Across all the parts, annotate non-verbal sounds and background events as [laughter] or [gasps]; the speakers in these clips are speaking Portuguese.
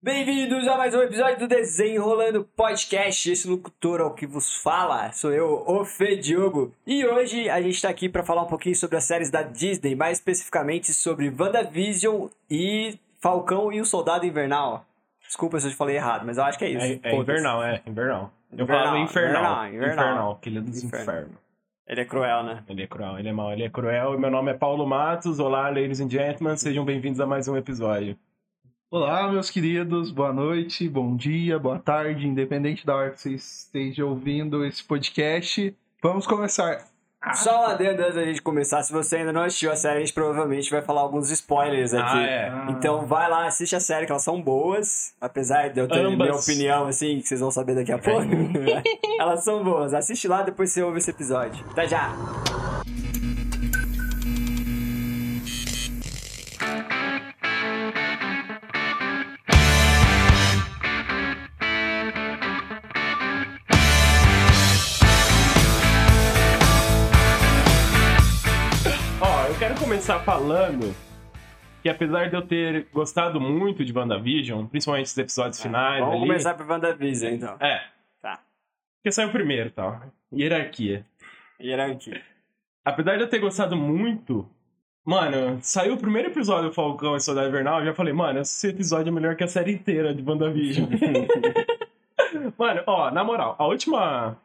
Bem-vindos a mais um episódio do Desenrolando Podcast. Esse locutor ao que vos fala sou eu, o Fê Diogo. E hoje a gente tá aqui pra falar um pouquinho sobre as séries da Disney, mais especificamente sobre WandaVision e Falcão e o Soldado Invernal. Desculpa se eu falei errado, mas eu acho que é isso. É, é Foda-se. invernal, é invernal. Eu Invernal, falava infernal. invernal, Infernal, invernal. que ele é dos Inferno. infernos. Ele é cruel, né? Ele é cruel, ele é mau, ele é cruel. E meu nome é Paulo Matos. Olá, ladies and gentlemen. Sejam bem-vindos a mais um episódio. Olá, meus queridos, boa noite, bom dia, boa tarde, independente da hora que você esteja ouvindo esse podcast. Vamos começar. Só um adendo antes da gente começar, se você ainda não assistiu a série, a gente provavelmente vai falar alguns spoilers aqui. Ah, é. Então vai lá, assiste a série, que elas são boas. Apesar de eu ter Ambas. minha opinião, assim, que vocês vão saber daqui a pouco. né? elas são boas. Assiste lá, depois você ouve esse episódio. Até já! Ó, eu quero começar falando que apesar de eu ter gostado muito de WandaVision, principalmente os episódios Ah, finais Vamos ali... começar por WandaVision, então. É. Tá. Porque saiu primeiro, tal. Hierarquia. Hierarquia. Apesar de eu ter gostado muito... Mano, saiu o primeiro episódio do Falcão e Soldado Invernal, eu já falei, mano, esse episódio é melhor que a série inteira de WandaVision. mano, ó, na moral, a última...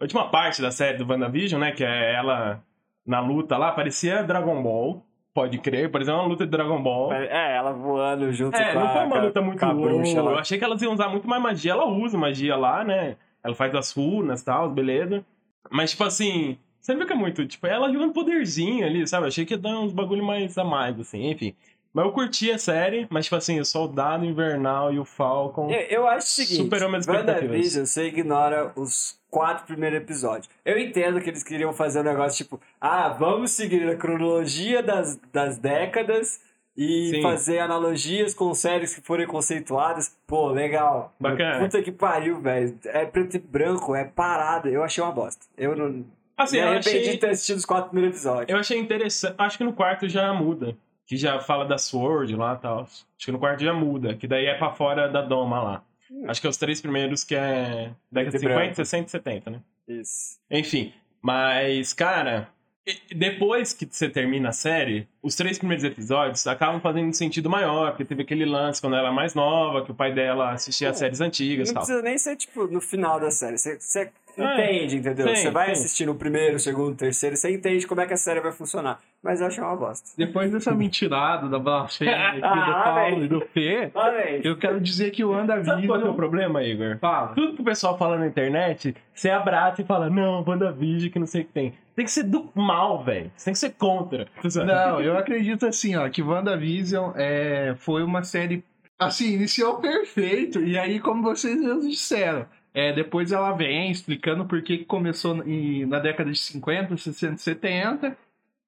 A última parte da série do WandaVision, né, que é ela na luta lá, parecia Dragon Ball, pode crer, parecia uma luta de Dragon Ball. É, ela voando junto É, com a não foi uma com a- luta muito com a bruxa bruxa. Eu lá. achei que elas iam usar muito mais magia. Ela usa magia lá, né? Ela faz as runas e tal, beleza. Mas, tipo assim, você não fica muito. Tipo, ela jogando poderzinho ali, sabe? Eu achei que ia dar uns bagulho mais a mais, assim, enfim. Mas eu curti a série, mas, tipo assim, o Soldado Invernal e o Falcon. Eu, eu acho o seguinte, Superou minhas WandaVision, você ignora os quatro primeiros episódios. Eu entendo que eles queriam fazer um negócio tipo, ah, vamos seguir a cronologia das, das décadas e Sim. fazer analogias com séries que forem conceituadas. Pô, legal. Bacana. Puta que pariu, velho. É preto e branco, é parado. Eu achei uma bosta. Eu não... Assim, me eu arrependi de achei, ter assistido os quatro primeiros episódios. eu achei interessante. Acho que no quarto já muda. Que já fala da Sword lá e tal. Acho que no quarto já muda. Que daí é pra fora da Doma lá. Acho que é os três primeiros que é Preto e década de 50, branco. 60 e 70, né? Isso. Enfim, mas, cara, e- depois que você termina a série, os três primeiros episódios acabam fazendo um sentido maior, porque teve aquele lance quando ela era mais nova, que o pai dela assistia as séries antigas e Não tal. precisa nem ser, tipo, no final da série. Você, você É, entende, entendeu? sim, você vai sim. assistindo o primeiro, o segundo, o terceiro, você entende como é que a série vai funcionar. Mas eu achei uma bosta. Depois [laughs] dessa mentirada da blasfêmia aqui do Ah, Paulo velho. e do Fê, Olha eu quero dizer que o Sabe Tá. qual é o WandaVision... problema, Igor? Fala. Tudo que o pessoal fala na internet, você abraça e fala, não, WandaVision, que não sei o que tem. Tem que ser do mal, velho. Você tem que ser contra. Não, eu acredito assim, ó, que WandaVision é, foi uma série, assim, iniciou perfeito, e aí, como vocês mesmos disseram, é, depois ela vem explicando por que que começou em- na década de 50, 60, 70,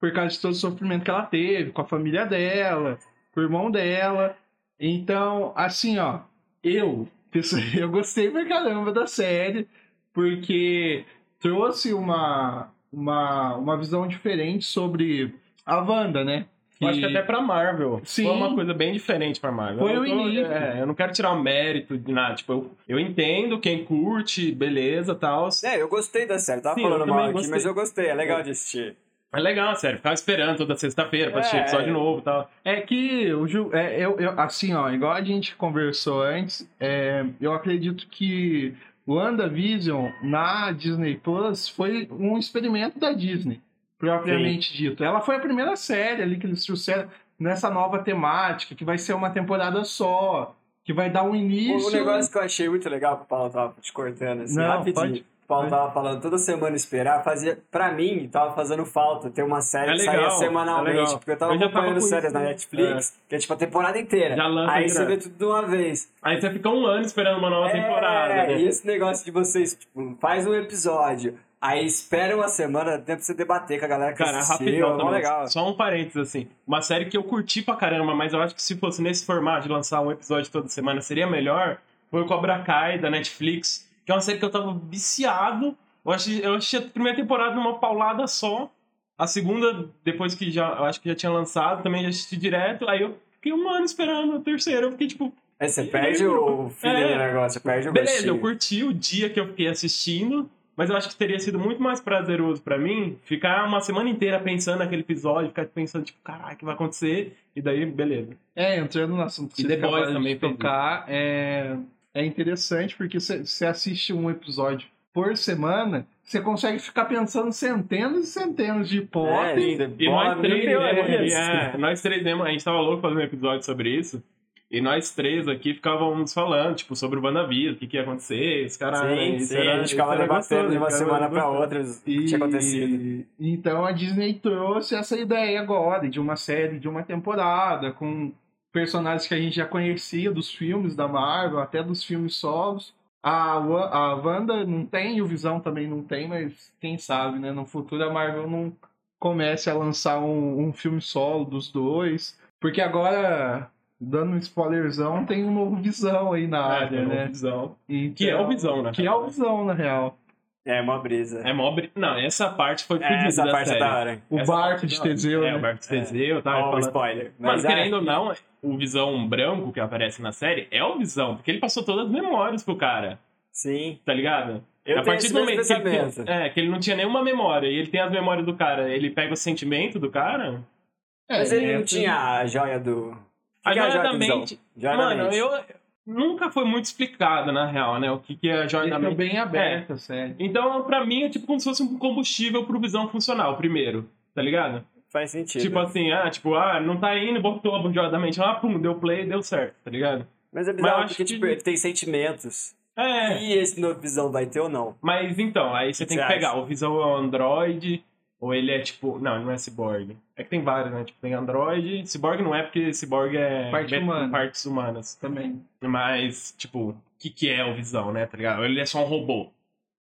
por causa de todo o sofrimento que ela teve, com a família dela, com o irmão dela. Então, assim, ó, eu, pessoa- [laughs] eu gostei pra caramba da série, porque trouxe uma, uma, uma visão diferente sobre a Wanda, né? Eu acho que E- até pra Marvel. Sim. Foi uma coisa bem diferente pra Marvel. Foi Eu o tô- início. é, eu não quero tirar o mérito de nada. Tipo, eu, eu entendo quem curte, beleza, tal. É, eu gostei da série. Tava Sim, eu falando também mal aqui, gostei. mas eu gostei. É legal de assistir. É legal, sério. Ficava esperando toda sexta-feira pra assistir É. episódio novo e tal. É que o Ju, é, eu, eu- assim, ó, igual a gente conversou antes, é, eu acredito que o WandaVision na Disney Plus foi um experimento da Disney, propriamente dito. Ela foi a primeira série ali que eles trouxeram nessa nova temática, que vai ser uma temporada só, que vai dar um O- início. O negócio que eu achei muito legal que o Paulo tava te cortando, assim, Não, rapidinho. pode- O Paulo pode. tava falando toda semana esperar, fazia, pra mim, tava fazendo falta ter uma série É que legal, saía semanalmente, é legal. porque eu tava Eu já tava acompanhando com séries isso, na né? Netflix, que é tipo a temporada inteira. Já lança Aí você direto. vê tudo de uma vez. Aí você fica um ano esperando uma nova temporada. É, né? e esse negócio de vocês, tipo, faz um episódio, aí espera uma semana, dá tempo pra você debater com a galera que Cara, assistiu, rapidão é mó também. legal. Só um parênteses, assim. Uma série que eu curti pra caramba, mas eu acho que se fosse nesse formato de lançar um episódio toda semana seria melhor. Foi o Cobra Kai, da Netflix, que é uma série que eu tava viciado. Eu achei, eu achei a primeira temporada numa paulada só. A segunda, depois que já, eu acho que já tinha lançado, também já assisti direto. Aí eu fiquei um ano esperando a terceira. Eu fiquei tipo, É, você perde o fim do É. negócio, você perde o Beleza, eu gostinho. curti o dia que eu fiquei assistindo, mas eu acho que teria sido muito mais prazeroso pra mim ficar uma semana inteira pensando naquele episódio, ficar pensando, tipo, caralho, o que vai acontecer? E daí, beleza. É, entrando no assunto que E The você Boys acabou de também fez tocar, é, é interessante porque você você assiste um episódio por semana, você consegue ficar pensando centenas e centenas de hipóteses. É, E bola, nós três, mil teorias. né, é, nós três mesmo, a gente tava louco fazendo um episódio sobre isso. E nós três aqui ficávamos falando, tipo, sobre o WandaVision, o que, que ia acontecer, né, os caras... Sim, É, isso sim, era- a gente ficava isso era debatendo gostoso, de uma ficava semana pra gostoso. outra o que tinha acontecido. Então a Disney trouxe essa ideia agora de uma série de uma temporada com personagens que a gente já conhecia dos filmes da Marvel, até dos filmes solos. A, Wa- a Wanda não tem e o Visão também não tem, mas quem sabe, né? No futuro a Marvel não comece a lançar um, um filme solo dos dois. Porque agora, dando um spoilerzão, tem um novo Visão aí na Ah, área, é, né? né? Visão. Então- Que é o Visão, né? Que é o Visão, na real. É, uma brisa. É mó... bri- Não, essa parte foi fodida É, essa da parte é série. da hora. O Essa barco de parte da- Teseu, É, né? o barco de Teseu, tá? Ó, um Falando- spoiler. Mas, Mas, é, querendo ou não, o Visão branco que aparece na série é o Visão, porque ele passou todas as memórias pro cara, sim. tá ligado? Eu a tenho partir esse do mesmo momento que ele, pensamento. tinha- é, que ele não tinha nenhuma memória e ele tem as memórias do cara, ele pega o sentimento do cara. É, Mas É, ele não entra- tinha a joia do... A Que é joia da do mente. Visão? Joia da Mano, mente. eu nunca foi muito explicado, na real, né? O que, que é a joia da Ele tá mente. bem aberto, assim, sério. Então, pra mim, é tipo como se fosse um combustível pro Visão funcional, primeiro, tá ligado? Faz sentido. é Tipo assim, ah, tipo, ah, não tá indo, botou a joia da mente, ah, pum, deu play, deu certo, tá ligado? Mas é Mas eu bizarro acho porque, que- tipo, ele tem sentimentos. É. E esse novo Visão vai ter ou não? Mas então, aí você que tem você que pegar, acha? o Visão é um Android, ou ele é tipo. Não, ele não é cyborg. É que tem vários, né? Tipo, tem Android. Cyborg não é porque cyborg é Parte met- humana. partes humanas. Também. Mas, tipo, o que, que é o Visão, né? Tá ligado? Ou Ele é só um robô.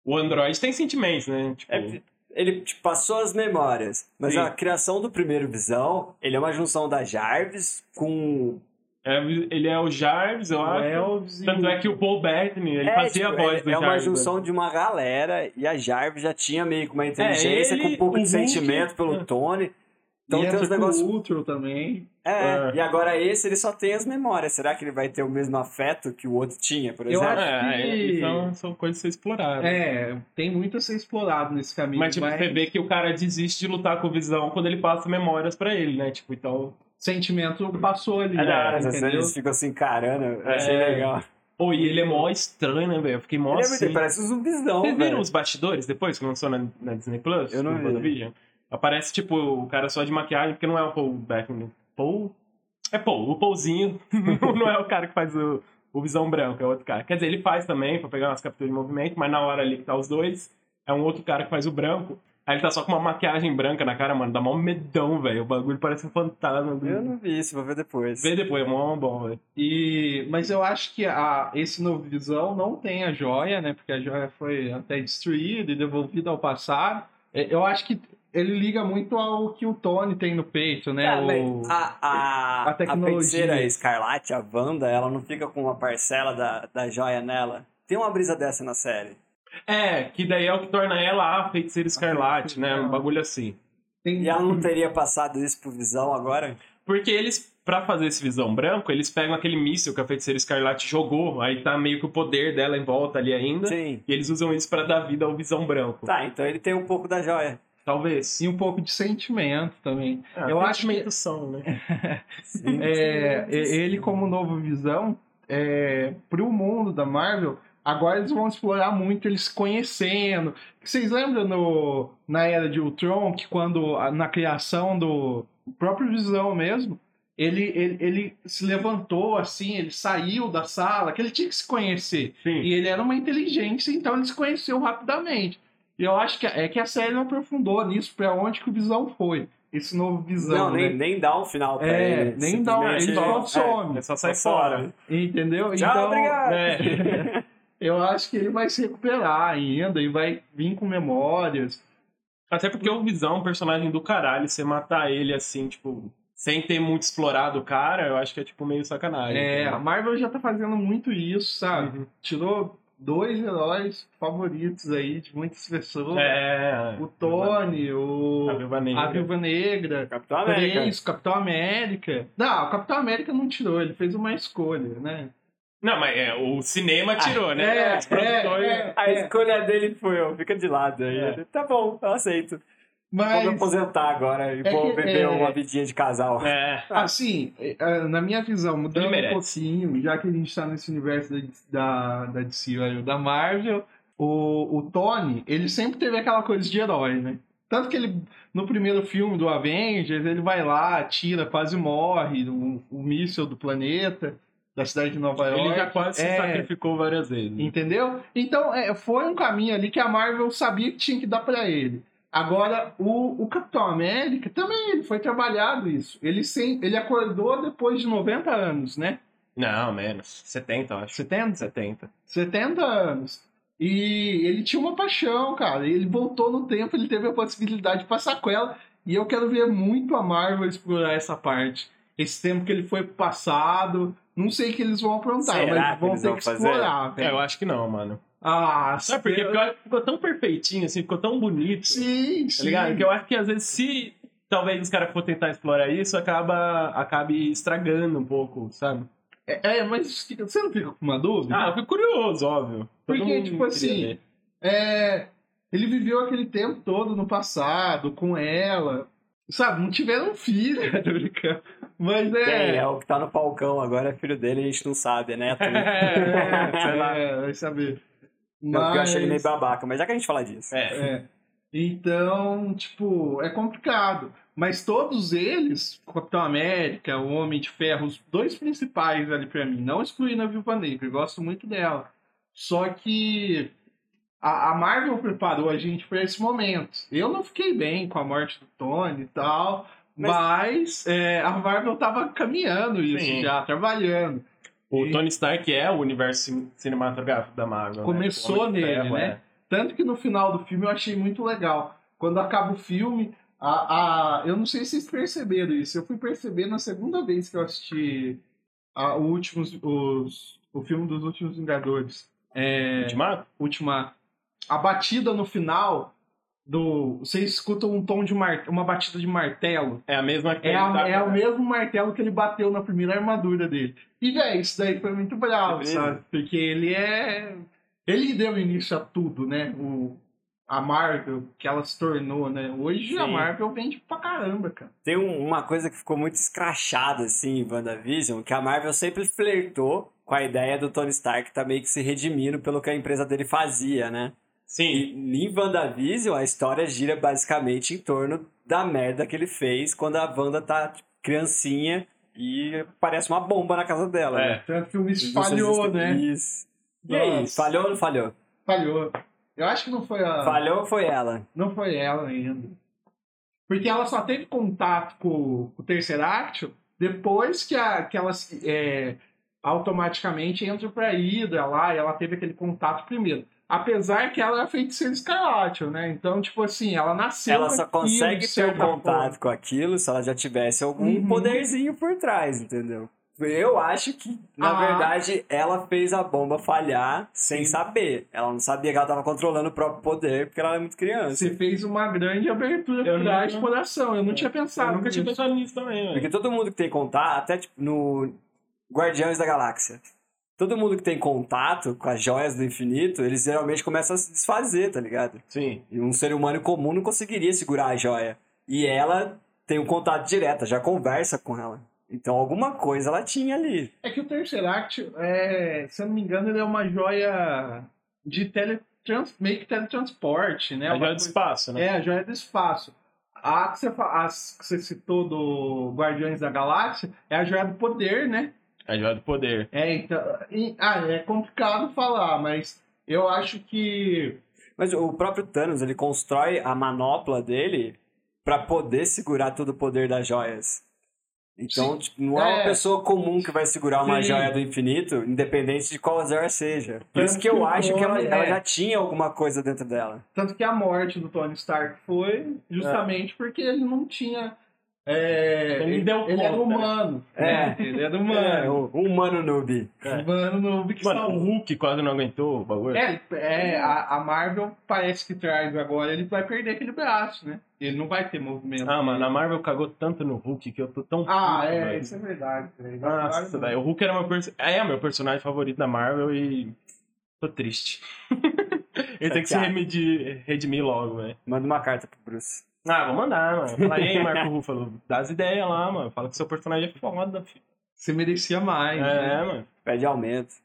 O Android tem sentimentos, né? Tipo, É, porque ele tipo, passou as memórias, mas Sim. a criação do primeiro Visão, ele é uma junção da Jarvis com... é- ele é o Jarvis, eu O acho. Elvis e Tanto é que o Paul Bettany, ele fazia tipo, a voz é, do É uma Jarvis. junção de uma galera e a Jarvis já tinha meio que uma inteligência É, ele, com um pouco o de Hulk, sentimento é. pelo Tony. Então e tem entra uns com negócios... o Ultron também. É, É. e agora esse ele só tem as memórias. Será que ele vai ter o mesmo afeto que o outro tinha, por Eu exemplo? acho- É, que- então são coisas a ser exploradas. É, tem muito a ser explorado nesse caminho. Mas, tipo, mas você vê que o cara desiste de lutar com o Visão quando ele passa memórias pra ele, né? Tipo, então... sentimento passou ali. né, É da hora, essa cena, entendeu? eles ficam se encarando, eu achei É. legal. Pô, e ele é mó estranho, né, velho? Eu fiquei mó Ele é assim... muito, parece um zumbizão, Vocês viram velho. os bastidores depois que lançou na, na Disney Plus? Eu não vi. Vision? Aparece, tipo, o cara só de maquiagem, porque não é o Paul Beckman. Paul? É Paul, o Paulzinho. [laughs] não é o cara que faz o, o Visão Branco, é outro cara. Quer dizer, ele faz também, pra pegar umas capturas de movimento, mas na hora ali que tá os dois, é um outro cara que faz o branco. Aí ele tá só com uma maquiagem branca na cara, mano. Dá mó medão, velho. O bagulho parece um fantasma. do- Eu não vi isso, vou ver depois. Vê depois, é mó bom, velho. E, mas eu acho que a, esse novo visão não tem a joia, né? Porque a joia foi até destruída e devolvida ao passado. É, Eu acho que ele liga muito ao que o Tony tem no peito, né? Ah, mas o... a, a, a tecnologia. feiticeira escarlate, a Wanda, ela não fica com uma parcela da, da joia nela. Tem uma brisa dessa na série. É, que daí é o que torna ela a feiticeira escarlate, né? Um bagulho assim. tem- E ela não teria passado isso pro Visão agora? Porque eles, pra fazer esse visão branco, eles pegam aquele míssil que a feiticeira escarlate jogou, aí tá meio que o poder dela em volta ali ainda. Sim. E eles usam isso pra dar vida ao visão branco. Tá, então ele tem um pouco da joia. Talvez. e um pouco de sentimento também. Ah, eu acho que- sentimentos são, né? Sim. É, e- ele como novo visão é, para o mundo da Marvel agora eles vão explorar muito eles se conhecendo vocês lembram no, na era de Ultron que quando a- na criação do próprio Visão mesmo ele, ele, ele se levantou assim ele saiu da sala que ele tinha que se conhecer Sim. e ele era uma inteligência então ele se conheceu rapidamente e eu acho que é que a série não aprofundou nisso para onde que o Visão foi esse novo Visão não, né? nem, nem dá um final pra É, ele. nem dá um- ele Simplesmente- só some. É só sair só fora. Entendeu? Tchau, então, obrigado. é, [laughs] eu acho que ele vai se recuperar ainda e vai vir com memórias. Até porque o Visão é um personagem do caralho, você matar ele assim, tipo, sem ter muito explorado o cara, eu acho que é tipo meio sacanagem. É, a Entendeu? Marvel já tá fazendo muito isso, sabe? Uhum. Tirou dois heróis favoritos aí de muitas pessoas. É. O Tony, A o Viúva Negra. a Viúva Negra, Capitão América. três, Capitão América. Não, o Capitão América não tirou, ele fez uma escolha, né? Não, mas é, o cinema tirou, né? é, Os produtores- é, é. A escolha dele foi, ó, fica de lado aí. É. Tá bom, eu aceito. Vou me Mas, aposentar agora e É vou que- beber é- uma vidinha de casal. É. assim, eh, ah, na minha visão, mudando merece. um pouquinho, já que a gente tá nesse universo da, da, da DC ou da Marvel, o, o Tony, ele sempre teve aquela coisa de herói, né? Tanto que ele, no primeiro filme do Avengers, ele vai lá, atira, quase morre, o, o míssil do planeta, da cidade de Nova York. Ele já quase se É. sacrificou várias vezes. Entendeu? Então, é, foi um caminho ali que a Marvel sabia que tinha que dar pra ele. Agora, o, o Capitão América também ele foi trabalhado isso. Ele, sem, ele acordou depois de 90 anos, né? Não, menos. 70, eu acho. 70? 70. 70 anos. E ele tinha uma paixão, cara. Ele voltou no tempo, ele teve a possibilidade de passar com ela. E eu quero ver muito a Marvel explorar essa parte. Esse tempo que ele foi passado. Não sei o que eles vão aprontar, Será mas que vão eles ter vão que fazer? explorar, É, velho. eu acho que não, mano. Ah, Sabe por quê? Porque eu acho que ficou tão perfeitinho, assim, ficou tão bonito. Sim, Tá sim. ligado? Que eu acho que às vezes, se talvez os caras for tentar explorar isso, acaba acabe estragando um pouco, sabe? É, é, mas você não fica com uma dúvida? Ah, eu fico curioso, óbvio. Todo Porque, mundo tipo queria assim, ver. É, ele viveu aquele tempo todo no passado, com ela. Sabe, não tiveram filha, [laughs] tô brincando. Mas é. Quem é o que tá no palcão agora, é filho dele, a gente não sabe, né? [laughs] é, [laughs] Sei lá. é, vai saber. Não, porque eu achei ele meio Mas, babaca, mas já que a gente fala disso. É. é. Então, tipo, é complicado. Mas todos eles, Capitão América, o Homem de Ferro, os dois principais ali pra mim, não excluindo a Viúva Negra, eu gosto muito dela. Só que a, a Marvel preparou a gente pra esse momento. Eu não fiquei bem com a morte do Tony e tal, Mas- mas, é, a Marvel tava caminhando isso Sim. já, trabalhando. O E- Tony Stark é o universo cin- cinematográfico da Marvel. né? Começou Tipo, Homem de nele, Ferro, né? é. Tanto que no final do filme eu achei muito legal. Quando acaba o filme, a, a, eu não sei se vocês perceberam isso. Eu fui perceber na segunda vez que eu assisti a, o, últimos, os, o filme dos Últimos Vingadores. É, Ultimato? última. A batida no final do. Vocês escutam um tom de mar, uma batida de martelo. É a mesma que É, ele tá- a- é o mesmo martelo que ele bateu na primeira armadura dele. E, velho, isso daí foi muito bravo, Beleza. sabe? Porque ele é. Ele deu início a tudo, né? O... A Marvel, que ela se tornou, né? Hoje a Sim. Marvel vende pra caramba, cara. Tem um- uma coisa que ficou muito escrachada, assim, em WandaVision, que a Marvel sempre flertou com a ideia do Tony Stark tá meio que se redimindo pelo que a empresa dele fazia, né? Sim. E em WandaVision, a história gira basicamente em torno da merda que ele fez quando a Wanda tá criancinha e parece uma bomba na casa dela. É. né? Tanto que o Miss Não sei se falhou, vocês têm- né? Isso. E aí, Nossa. falhou ou não falhou? Falhou. Eu acho que não foi a. Falhou ou foi ela? Não foi ela ainda. Porque ela só teve contato com o Terceráctil depois que, a, que ela se- é, automaticamente entra pra Hidra lá e ela teve aquele contato primeiro. Apesar que ela é feiticeira escarlate, né? Então, tipo assim, ela nasceu. ela só naquilo, consegue de ter o certa forma. contato com aquilo se ela já tivesse algum Uhum. poderzinho por trás, entendeu? Eu acho que, na Ah. verdade, ela fez a bomba falhar sem Sim. saber. Ela não sabia que ela tava controlando o próprio poder porque ela era muito criança. Você fez uma grande abertura Eu pra nunca- É. exploração. Eu não tinha pensado. Eu nunca tinha nisso. pensado nisso também, É. velho. Porque todo mundo que tem contato, até tipo, no Guardiões da Galáxia, todo mundo que tem contato com as joias do infinito, eles geralmente começam a se desfazer, tá ligado? Sim. E um ser humano comum não conseguiria segurar a joia. E ela tem um contato direto, já conversa com ela. Então alguma coisa ela tinha ali. É que o Terceract, é, se eu não me engano, ele é uma joia de teletrans, meio que teletransporte, né? É Uma já do coisa- espaço, né? É, a joia do espaço. A que, você, fa- as que você citou do Guardiões da Galáxia é a joia do poder, né? É já do poder. É, então. e- ah, é complicado falar, mas eu acho que. Mas o próprio Thanos, ele constrói a manopla dele pra poder segurar todo o poder das joias. Então, tipo, não é uma É. pessoa comum que vai segurar uma Sim. joia do infinito, independente de qual joia seja. Por Tanto isso que eu que o acho que ela, nome ela é- já tinha alguma coisa dentro dela. Tanto que a morte do Tony Stark foi justamente porque ele não tinha É, Ele ele deu ele era conta. né? humano. né? É. Ele era É, humano. o humano noob. Humano no que Mano, o salvou. Hulk quase não aguentou o bagulho. É, é a, a Marvel parece que traz agora, ele vai perder aquele braço, né? Ele não vai ter movimento. Ah, mano, a Marvel cagou tanto no Hulk que eu tô tão. Ah, puto, é, velho. isso é né? verdade. velho. Nossa, Claro, velho. O Hulk era meu, perso- é meu personagem favorito da Marvel e. tô triste. [laughs] Ele tem que se Chateado. remedir, redimir logo, velho. Manda uma carta pro Bruce. Ah, vou mandar, mano. Fala, e aí, Marco Ruffalo, dá as ideias lá, mano. Fala que seu personagem é foda, filho. Você merecia É, mais. né? mano. Pede aumento.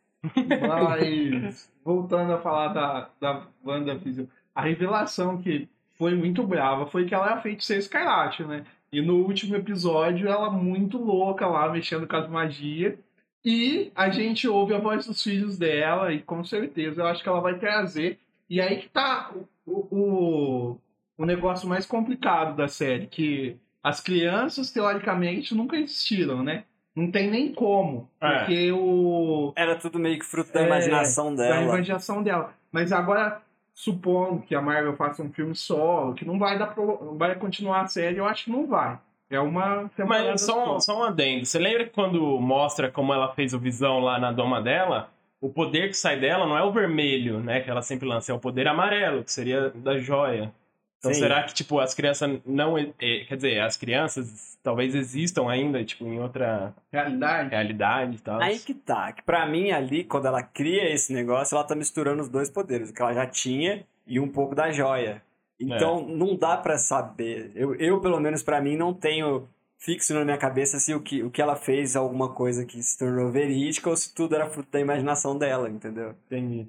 Mas, voltando a falar da, da WandaVision, a revelação que foi muito brava foi que ela é a feiticeira escarlate, né? E no último episódio, ela muito louca lá, mexendo com as magias. E a gente ouve a voz dos filhos dela, e com certeza eu acho que ela vai trazer. E aí que tá o, o, o negócio mais complicado da série, que as crianças, teoricamente, nunca existiram, né? Não tem nem como, É. porque o, Era tudo meio que fruto da É, imaginação da dela. imaginação dela. Mas agora, supondo que a Marvel faça um filme solo, que não vai dar pro... vai continuar a série, eu acho que não vai. É uma temporada Mas só, um- só. só um adendo. Você lembra que quando mostra como ela fez o visão lá na doma dela? O poder que sai dela não é o vermelho, né? Que ela sempre lança, é o poder amarelo, que seria da joia. Então Sim. será que, tipo, as crianças não. e- e- Quer dizer, as crianças talvez existam ainda, tipo, em outra Realidade. realidade e tal. Aí que tá, que pra mim ali, quando ela cria esse negócio, ela tá misturando os dois poderes, o que ela já tinha e um pouco da joia. Então não dá pra saber. Eu, eu, pelo menos pra mim, não tenho fixo na minha cabeça se o que, o que ela fez alguma coisa que se tornou verídica ou se tudo era fruto da imaginação dela, entendeu? Entendi.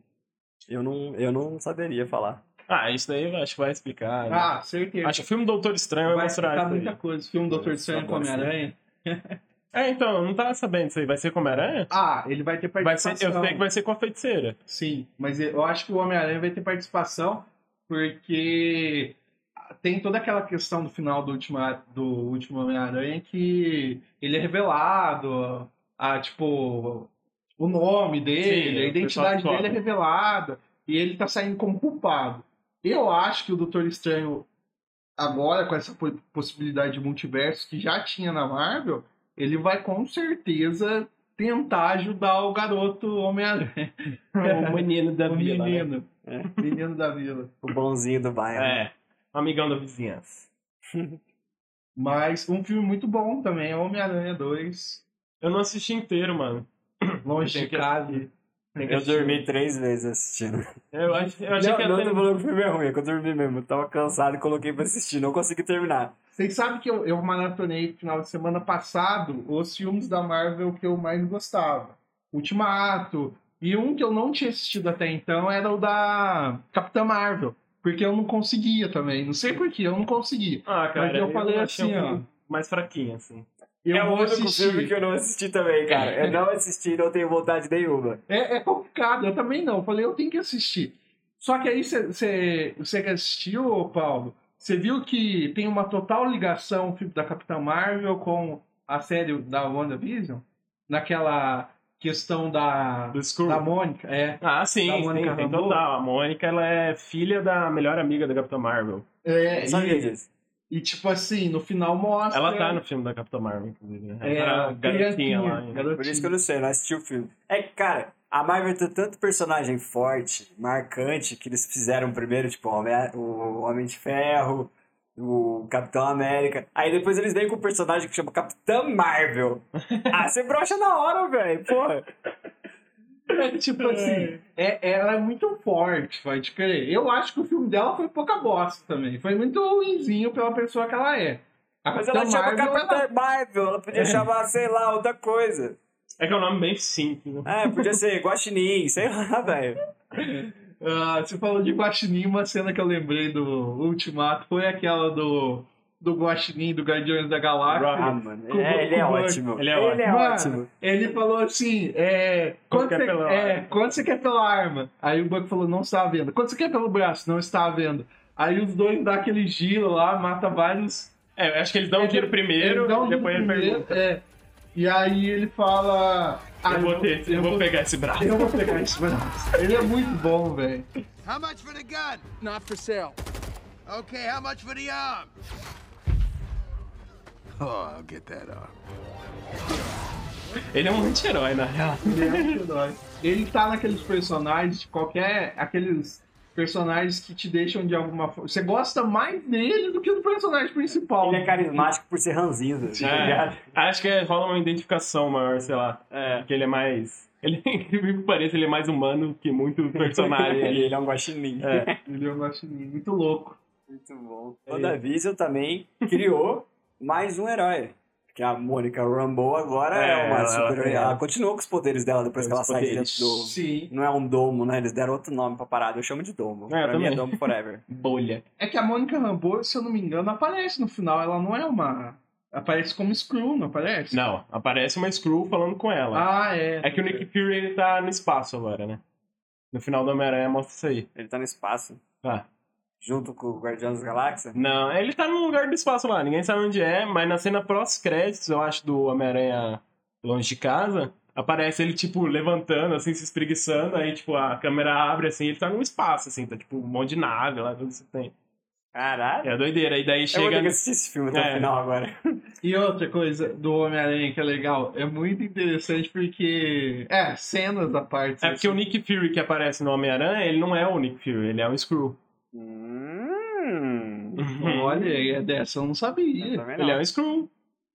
Eu não, eu não saberia falar. Ah, isso daí eu acho que vai explicar. né? Ah, certeza. Acho que o filme Doutor Estranho vai, vai mostrar explicar isso. muita aí. coisa. Filme Doutor Isso, Estranho com agora sim. Homem-Aranha. É, então, eu não tava sabendo isso aí. Vai ser com a Homem-Aranha? Ah, ele vai ter Vai ser, participação. eu sei que vai ser com a feiticeira. Sim, mas eu acho que o Homem-Aranha vai ter participação porque tem toda aquela questão do final do último, do último Homem-Aranha que ele é revelado, a, tipo, o nome dele, Sim, a o identidade pessoal dele é descobre. revelada e ele tá saindo como culpado. Eu acho que o Doutor Estranho, agora com essa po- possibilidade de multiverso que já tinha na Marvel, ele vai com certeza tentar ajudar o garoto Homem-Aranha. [laughs] o menino da [laughs] O vila. né? menino. Menino da vila. O bonzinho do bairro. É, um amigão da vizinhança. Mas um filme muito bom também é Homem-Aranha 2. Eu não assisti inteiro, mano. Longe de Eu tenho que casa. Tem que Eu assistir. dormi três vezes assistindo. Eu, ach- eu achei Não, que ia não ter... tô falando que o filme é ruim, é que eu dormi mesmo. Eu tava cansado e coloquei pra assistir, não consegui terminar. Vocês sabem que eu, eu maratonei no final de semana passado os filmes da Marvel que eu mais gostava. Ultimato. E um que eu não tinha assistido até então era o da Capitã Marvel. Porque eu não conseguia também. Não sei porquê, eu não conseguia. Ah, cara, Mas eu falei achei assim, um mais fraquinho, assim. Eu é o vou único filme assistir. que eu não assisti também, cara. Eu não assisti e não tenho vontade nenhuma. É, é complicado, eu também não. Eu falei, eu tenho que assistir. Só que aí você que assistiu, ô, Paulo, você viu que tem uma total ligação o filme da Capitã Marvel com a série da WandaVision? Naquela questão da, Do Screw. da Mônica, é. Ah, sim, Da sim, Mônica tem Rambeau. total. A Mônica, ela é filha da melhor amiga da Capitã Marvel. é Eu sabia e, disso. e, tipo assim, no final mostra. Ela tá no filme da Capitã Marvel, inclusive. né? É, Ela era garotinha criancinha, lá. garotinha. Por isso que eu não sei, eu não assisti o filme. É que, cara, a Marvel tem tanto personagem forte, marcante, que eles fizeram primeiro, tipo, o Homem- o Homem de Ferro, o Capitão América. Aí depois eles vêm com um personagem que chama Capitã [laughs] Marvel. Ah, você brocha na hora, velho, porra. É, tipo assim, é, ela é muito forte, pode crer. Eu acho que o filme dela foi pouca bosta também. Foi muito ruimzinho pela pessoa que ela é. A Mas ela Capitã chama Marvel, tá Capitã ela- Marvel, ela podia chamar, sei lá, outra coisa. É que é um nome bem simples. né? É, podia ser Guaxinim, sei lá, [laughs] velho. Ah, você falou de Guaxinim, uma cena que eu lembrei do Ultimato foi aquela do, do Guaxinim, do Guardiões da Ah, Galáxia. mano, é, ele é Kubo- ótimo. Ele é Mano, ótimo. Ele falou assim, é, quanto, quer você, pela é, arma? quanto você quer pela arma? Aí o Buck falou, não está à venda. Quanto você quer pelo braço? Não está à venda. Aí os dois dão aquele giro lá, mata vários É, eu acho que eles dão o dinheiro primeiro, Ele dá um depois ele jeito primeiro, pergunta. é. E aí ele fala. "Ah, Eu vou ter, eu vou pegar esse braço. Eu vou pegar esse braço. Ele é muito bom, velho. How much for the gun? Not for sale. Okay, how much for the arm? Oh, I'll get that off. Ele é um anti-herói, na real. Ele é um anti-herói. Ele tá naqueles personagens, de qualquer. aqueles personagens que te deixam de alguma forma. Você gosta mais dele do que do personagem principal. Ele é carismático por ser ranzinza, tá ligado? É, acho que é- rola uma identificação maior, sei lá. É. Porque ele é mais. Ele, [laughs] incrível que pareça, ele é mais humano que [laughs] muito personagem. E ali. ele é um guaxinim. É. Ele é um guaxinim muito louco. [laughs] Muito bom. WandaVision também criou mais um herói. Que a Mônica Rambeau agora é, É, uma ela- super herói. é. Ela continuou com os poderes dela depois que Os ela sai de poderes. dentro do... Sim. Não é um domo, né? Eles deram outro nome pra parada. Eu chamo de domo. pra mim é também. domo [laughs] forever. Bolha. É que a Mônica Rambeau, se eu não me engano, aparece no final. Ela não é uma. Aparece como Screw, não aparece? Não, aparece uma Screw falando com ela. Ah, é. é que o Nick Fury ele tá no espaço agora, né? No final do Homem-Aranha mostra isso aí. Ele tá no espaço. Tá. Junto com o Guardiões da Galáxia. Não, ele tá num lugar do espaço lá, ninguém sabe onde é, mas na cena pós-créditos, eu acho, do Homem-Aranha longe de casa, aparece ele, tipo, levantando, assim, se espreguiçando, aí, tipo, a câmera abre, assim, ele tá num espaço, assim, tá, tipo, um monte de nave lá, tudo isso que tem. Caralho. É doideira, e daí Eu vou chega... ter que assistir esse filme até É. o final agora. E outra coisa do Homem-Aranha que é legal, é muito interessante porque. É, cenas da parte. É porque o Nick Fury que aparece no Homem-Aranha, ele não é o Nick Fury, ele é um Screw. Hum, Olha, é dessa eu não eu sabia. também não. Ele é um Screw.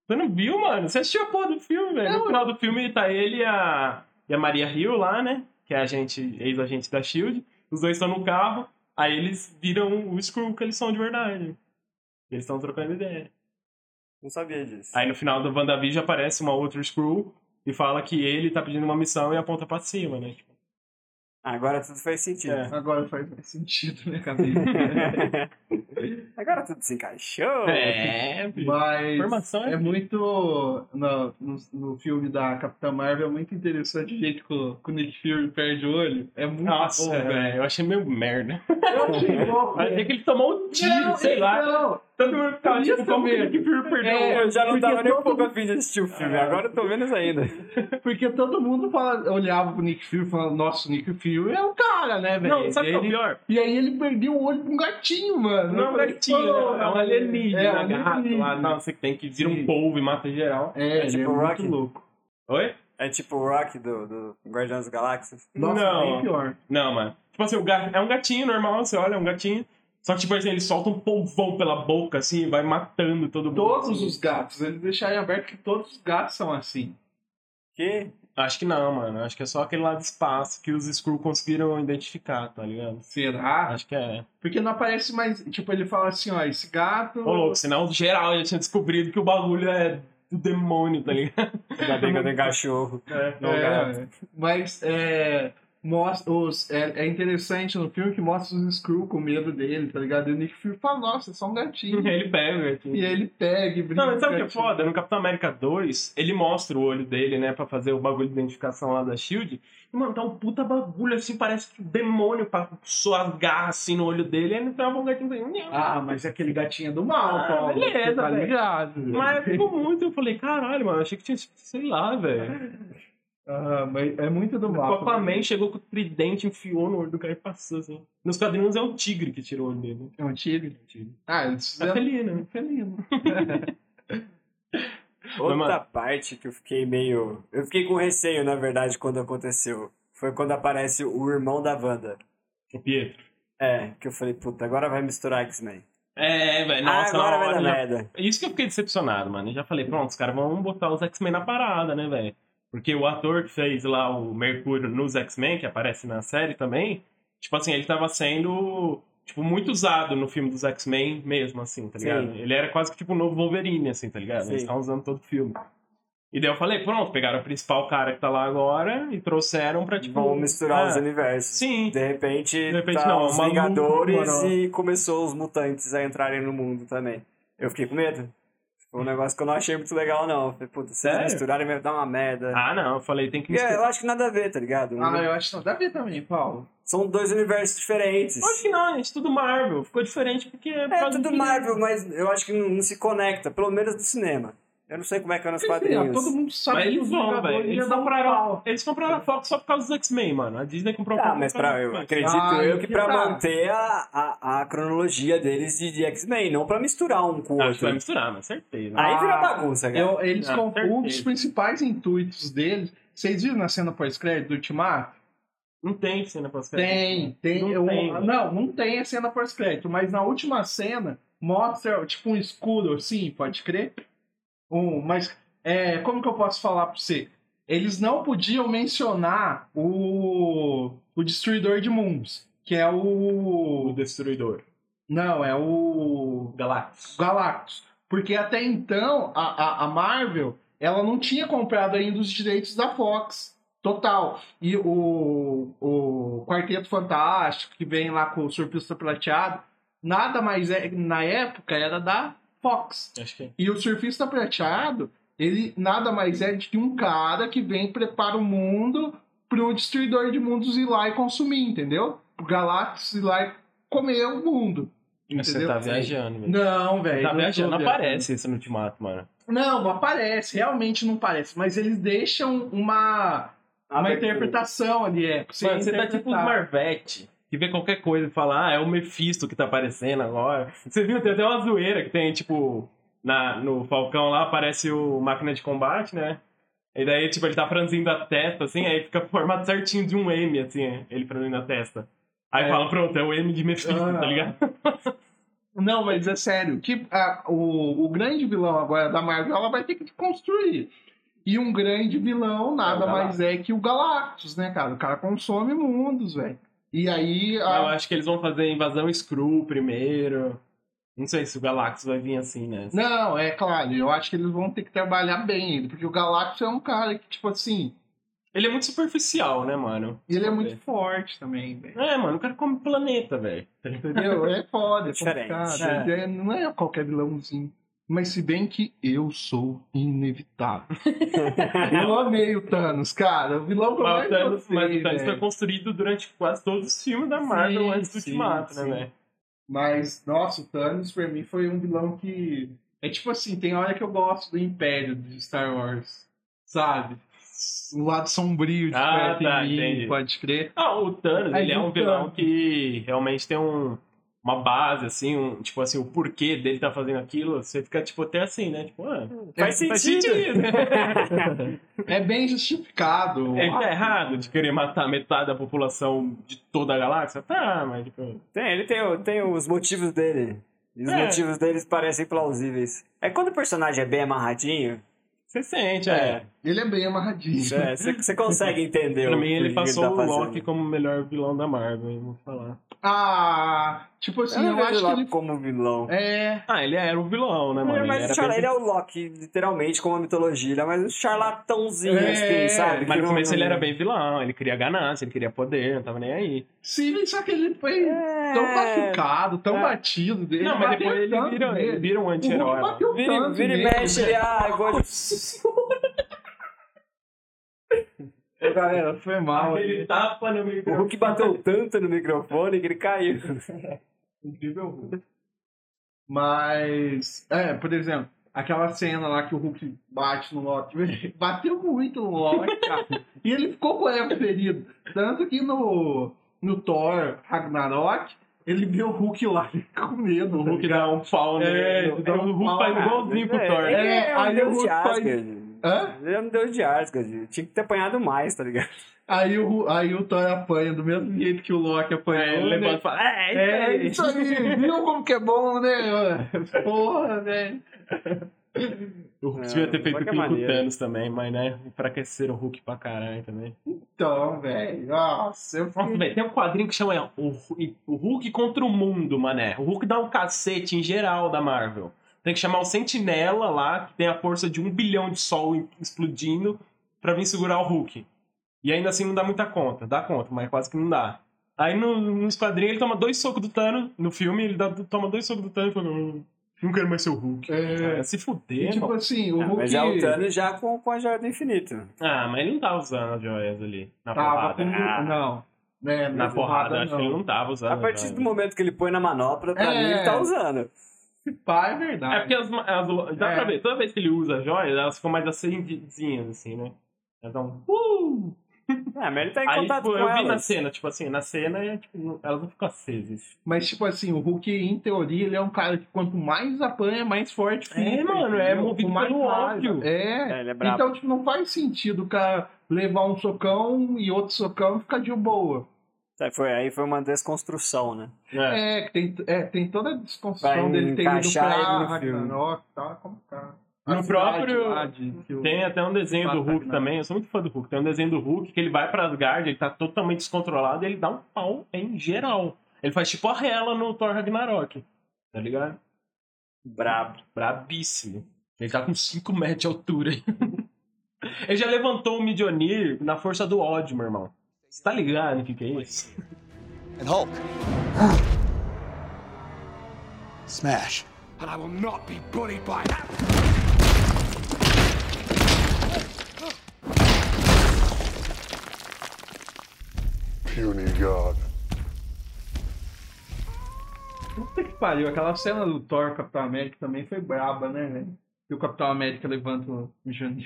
Você não viu, mano? Você assistiu a porra do filme, velho. No Não. final do filme tá ele e a, e a Maria Hill lá, né? Que é a gente, ex-agente da SHIELD. Os dois estão no carro, aí eles viram o Screw que eles são de verdade. Eles estão trocando ideia. Não sabia disso. Aí no final do WandaVision aparece uma outra Screw e fala que ele tá pedindo uma missão e aponta pra cima, né? Tipo, Ah, Agora tudo faz sentido. É. Agora faz mais sentido, [laughs] né, cabeça? [laughs] agora tudo se encaixou. é, bicho. Mas Informação é é muito. No, no, no filme da Capitã Marvel é muito interessante o jeito que o, que o Nick Fury perde o olho. É muito Nossa, bom, velho. velho, eu achei meio merda. Eu achei bom, Achei velho. que ele tomou um tiro, Não, sei lá. é então, Todo mundo ficava tipo, Isso como que o Nick Fury perdeu o Eu já não Porque tava nem um todo pouco afim de assistir o filme, É. agora eu tô menos ainda. É Porque todo mundo fala, olhava pro Nick Fury e falava, nossa, o Nick Fury é o cara, né, velho? Não, sabe o E que é o ele- pior? E aí ele perdeu o olho pra um gatinho, mano. Não é um Eu falei, gatinho, "Pô, né? é um alienígena, é é, gato lá. alienígena." Não, você tem que vira um Sim. polvo e mata geral. É, É ele tipo é o Rocky. muito louco. Oi? É tipo o Rock do, do Guardiões das Galáxias. Nossa, Não. bem pior. Não, mano. Tipo assim, o ga- é um gatinho normal, você olha, é um gatinho. Só que, tipo assim, ele solta um polvão pela boca, assim, e vai matando todo mundo. Todos assim. os gatos, eles deixaram aberto que todos os gatos são assim. Que? Acho que não, mano. Acho que é só aquele lado de espaço que os Skrull conseguiram identificar, tá ligado? Será? Acho que é. Porque não aparece mais. Tipo, ele fala assim, ó, esse gato. Ô, louco, senão geral já tinha descobrido que o bagulho é do demônio, tá ligado? Ainda bem que eu tenho cachorro. É. Não, É, gato. Mas é. Mostra os, é, é interessante no filme que mostra os Screw com medo dele, tá ligado? E o Nick Fury fala, nossa, é só um [laughs] gatinho. Ele pega, o gatinho. E ele pega e brinca. Não, mas sabe o que é né? tipo, foda? No Capitão América 2, ele mostra o olho dele, né, pra fazer o bagulho de identificação lá da SHIELD. E, mano, tá um puta bagulho, assim, parece que o demônio passou as garras, assim, no olho dele. Aí não tem uma gatinho assim, Ah, mas é aquele gatinho do mal, Ah, Paulo. beleza, você tá velho. ligado. Mas ficou muito, eu falei, caralho, mano, achei que tinha, sei lá, É. velho. Ah, mas é muito do O mal. Aquaman chegou com o tridente, enfiou no olho do cara e passou, assim. Nos quadrinhos é o tigre que tirou o olho dele. É um tigre? Tigre. Ah, eles é Tá fizeram feliz, né? felino. Outra mano- parte que eu fiquei meio. Eu fiquei com receio, na verdade, quando aconteceu. Foi quando aparece o irmão da Wanda. O Pietro. É, que eu falei, puta, agora vai misturar X-Men. É, velho, Ah, nossa, agora na vai hora dar já merda. É Isso que eu fiquei decepcionado, mano. Eu já falei, pronto, os caras vão botar os X-Men na parada, né, velho? Porque o ator que fez lá o Mercúrio nos X-Men, que aparece na série também, tipo assim, ele tava sendo, tipo, muito usado no filme dos X-Men mesmo, assim, tá Sim. ligado? Ele era quase que tipo o novo Wolverine, assim, tá ligado? Eles Sim. estavam usando todo o filme. E daí eu falei, pronto, pegaram o principal cara que tá lá agora e trouxeram pra, tipo... Vão misturar os ah, universos. Sim, De repente, repente tá não, os uma Vingadores lua, mano. e começou os mutantes a entrarem no mundo também. Eu fiquei com medo. Foi um negócio que eu não achei muito legal, não. Falei, puta, se eles Sério? misturarem vai dar uma merda. Ah, não, eu falei, tem que Porque É, eu misturar. acho que nada a ver, tá ligado? Ah, eu acho que não dá ver também, Paulo. São dois universos diferentes. Acho que não, gente, tudo Marvel. Ficou diferente porque... por É causa tudo do- Marvel, mas eu acho que não, não se conecta, pelo menos do cinema. Eu não sei como é que é nos Porque, assim, ó, quadrinhos. todo mundo sabe Mas que eles os vão, Vingadores velho. Eles já dão um compraram, pau. eles compraram a Fox só por causa dos X-Men, mano. A Disney comprou a Tá, Fox mas por causa pra, eu dos X-Men. acredito Ah, eu que pra tá. manter a, a, a cronologia deles de, de X-Men, não pra misturar um com o Acho que vai outro. misturar, mas certeza. Aí vira Ah, bagunça, cara. Eu- eles Ah, com um dos certeza. principais intuitos deles. Vocês viram na cena pós-crédito do Ultimato? Não tem cena assim, pós-crédito. Tem, mano. tem. Não eu- tem, velho. não, não tem a cena pós-crédito, mas na última cena mostra tipo um escudo assim, pode crer? Um, mas é, como que eu posso falar pra você? Eles não podiam mencionar o, o Destruidor de Mundos, que é O o. Destruidor. Não, é o. Galactus. Galactus. Porque até então, a, a, a Marvel, ela não tinha comprado ainda os direitos da Fox. Total. E o, o Quarteto Fantástico, que vem lá com o Surfista Prateado, nada mais é, na época era da Fox. Acho que E o Surfista Prateado, ele nada mais é de que um cara que vem e prepara o mundo pro Destruidor de Mundos ir lá e consumir, entendeu? O Galactus ir lá e comer o mundo. Você Entendeu? tá viajando, velho. Não, velho. Tá não viajando, tô não viajando. aparece isso no Ultimato, mano. Não, não aparece, realmente não aparece. Mas eles deixam uma, uma Abertura. interpretação ali, é. pra Mano, você tá interpretar. tipo um Marvete. Que vê qualquer coisa e fala, ah, é o Mephisto que tá aparecendo agora. Você viu, tem até uma zoeira que tem, tipo, na, no Falcão lá aparece o Máquina de Combate, né? E daí, tipo, ele tá franzindo a testa, assim, aí fica [laughs] formado certinho de um M, assim, ele franzindo a testa. Aí É. fala, pronto, é o M de Mephisto, Ah. tá ligado? Não, mas é sério. Que, a- o, o grande vilão agora da Marvel, ela vai ter que construir. E um grande vilão nada É o mais é que o Galactus, né, cara? O cara consome mundos, velho. E aí. a- Eu acho que eles vão fazer Invasão Screw primeiro. Não sei se o Galactus vai vir assim, né? Não, é claro, eu acho que eles vão ter que trabalhar bem ele, porque o Galactus é um cara que, tipo assim, Ele é muito superficial, né, mano? ele é muito É. forte também, velho. É, mano, o cara come planeta, velho. tá [laughs] Entendeu? É foda, é Diferente. complicado. É, não é qualquer vilãozinho. Mas se bem que eu sou [laughs] inevitável. eu amei o Thanos, cara. O vilão que eu Mas mais Ah, o Thanos, gostei, mas o Thanos assim, velho. foi construído durante quase todos os filmes da Marvel Sim, antes do sim, Ultimato, né, sim. velho? Mas, nossa, o Thanos pra mim foi um vilão que... É tipo assim, tem hora que eu gosto do Império de Star Wars, sabe? O lado sombrio de Ah, perto tá, em mim, entendi. pode crer. Ah, o Thanos, Aí ele é o um vilão Thanos. que realmente tem um, uma base, assim, um, tipo assim, o porquê dele tá fazendo aquilo, você fica, tipo, até assim, né? Tipo, ah, Faz sentido. É bem justificado. né? Ele tá errado de querer matar metade da população de toda a galáxia? Tá, mas, tipo... Tem, ele tem, o- tem os motivos dele. E os É. motivos deles parecem plausíveis. É quando o personagem é bem amarradinho, Você sente, é. Ele é bem amarradinho. é, você você consegue entender. Pra o mim, porquê ele que passou tá o fazendo. Loki como o melhor vilão da Marvel, eu vou falar. Ah, tipo assim, Eu eu, não vejo o acho que Loki ele... como vilão. É, Ah, ele era o vilão, né, Ele mano? é mais um era charla- bem- ele é o Loki, literalmente, como a mitologia. Ele é mais um charlatãozinho, É, assim, sabe? Mas Que no não- é. começo ele era bem vilão, ele queria ganância, ele queria poder, não tava nem aí. sim, só que ele foi É. Então tão tá machucado, tão É. batido. Ele não, mas bateu depois ele tanto vira, ele nele. vira um O Hulk anti-herói. né? bateu Vira, tanto vira e nele, mexe, ele, velho. ah, eu gosto de... Ô, Galera, foi mal. Aquele Ele... tapa [laughs] no O microfone. Hulk bateu tanto no microfone que ele caiu. Incrível Hulk. Mas, é, por exemplo, aquela cena lá que o Hulk bate no Loki. [laughs] velho, Bateu muito no Loki, cara. e ele ficou com o ego ferido. Tanto que no, no Thor Ragnarok, ele viu o Hulk lá [laughs] ele ficou com medo. tá O Hulk dá um pau nele. É, ele dá o um Hulk pau, faz cara. igualzinho pro Thor. ele é, aí um deus o Hulk de faz- Asgard. Hã? Ele é um deus de Asgard. Tinha que ter apanhado mais, tá ligado? Aí o, aí o Thor apanha do mesmo jeito que o Loki apanhou. É, ele né? levanta e fala, é, É é então, isso aí, viu como que é bom, né? Porra, né? velho. O Hulk É, devia ter de feito qualquer aquilo com o maneira. Thanos também, mas né, enfraqueceram o Hulk pra caralho também. Então, velho, nossa, eu Nossa, fiquei... velho, tem um quadrinho que chama é, o, Hu- o Hulk contra o mundo, mané. O Hulk dá um cacete em geral da Marvel. Tem que chamar o Sentinela lá, que tem a força de um bilhão de sol em- explodindo, pra vir segurar o Hulk. E ainda assim não dá muita conta. Dá conta, mas quase que não dá. Aí no, nos quadrinhos ele toma dois socos do Thanos. No filme ele dá- toma dois socos do Thanos e fala: "Não, Não quero mais ser o Hulk. É, Cara, se e, fuder, tipo mano. assim, o Ah, Hulk... mas é o Thanos já com, com a joia do infinito. Ah, mas ele não tava usando as joias ali. Na Tava porrada. com... Ah. Não, né? Na porrada, acho não. que ele não tava usando. A as partir joias. do momento que ele põe na manopla, pra É. mim ele tá usando. Se pá, é É verdade. porque as, as dá É. pra ver, toda vez que ele usa as joias, elas ficam mais acendidinhas, assim, né? Elas dão. Uh! Ah, mas ele tá em Aí, contato tipo, com eu vi na elas. cena, tipo assim, na cena, é, tipo, não- elas não ficam acesas. Mas, tipo assim, o Hulk, em teoria, ele é um cara que quanto mais apanha, mais forte fica. É, mano, é entendeu? movido Com mais pelo raiva. ódio. É. É, ele é brabo. Então, tipo, não faz sentido o cara levar um socão e outro socão e ficar de boa. Aí Tá, foi, aí foi uma desconstrução, né? É. É, que tem, é, tem toda a desconstrução Vai dele ter ido encaixar ele no pra filme. Ragnarok e tal, é complicado. No A cidade próprio- lá de- que o- Tem até um desenho do Batalha, Hulk né? também, eu sou muito fã do Hulk. Tem um desenho do Hulk que ele vai pra Asgard, ele tá totalmente descontrolado e ele dá um pau em geral. Ele faz tipo a Hela no Thor Ragnarok, tá ligado? Brabo. Brabíssimo. Ele tá com 5 metros de altura. [laughs] ele já levantou o Midionir na força do ódio, meu irmão. Você tá ligado o que, que é isso? and Hulk. [gasps] Smash. And I will not be bullied by that. puny god. Puta que pariu, aquela cena do Thor Capitão América também foi braba, né, velho? E o Capitão América levanta o Junior.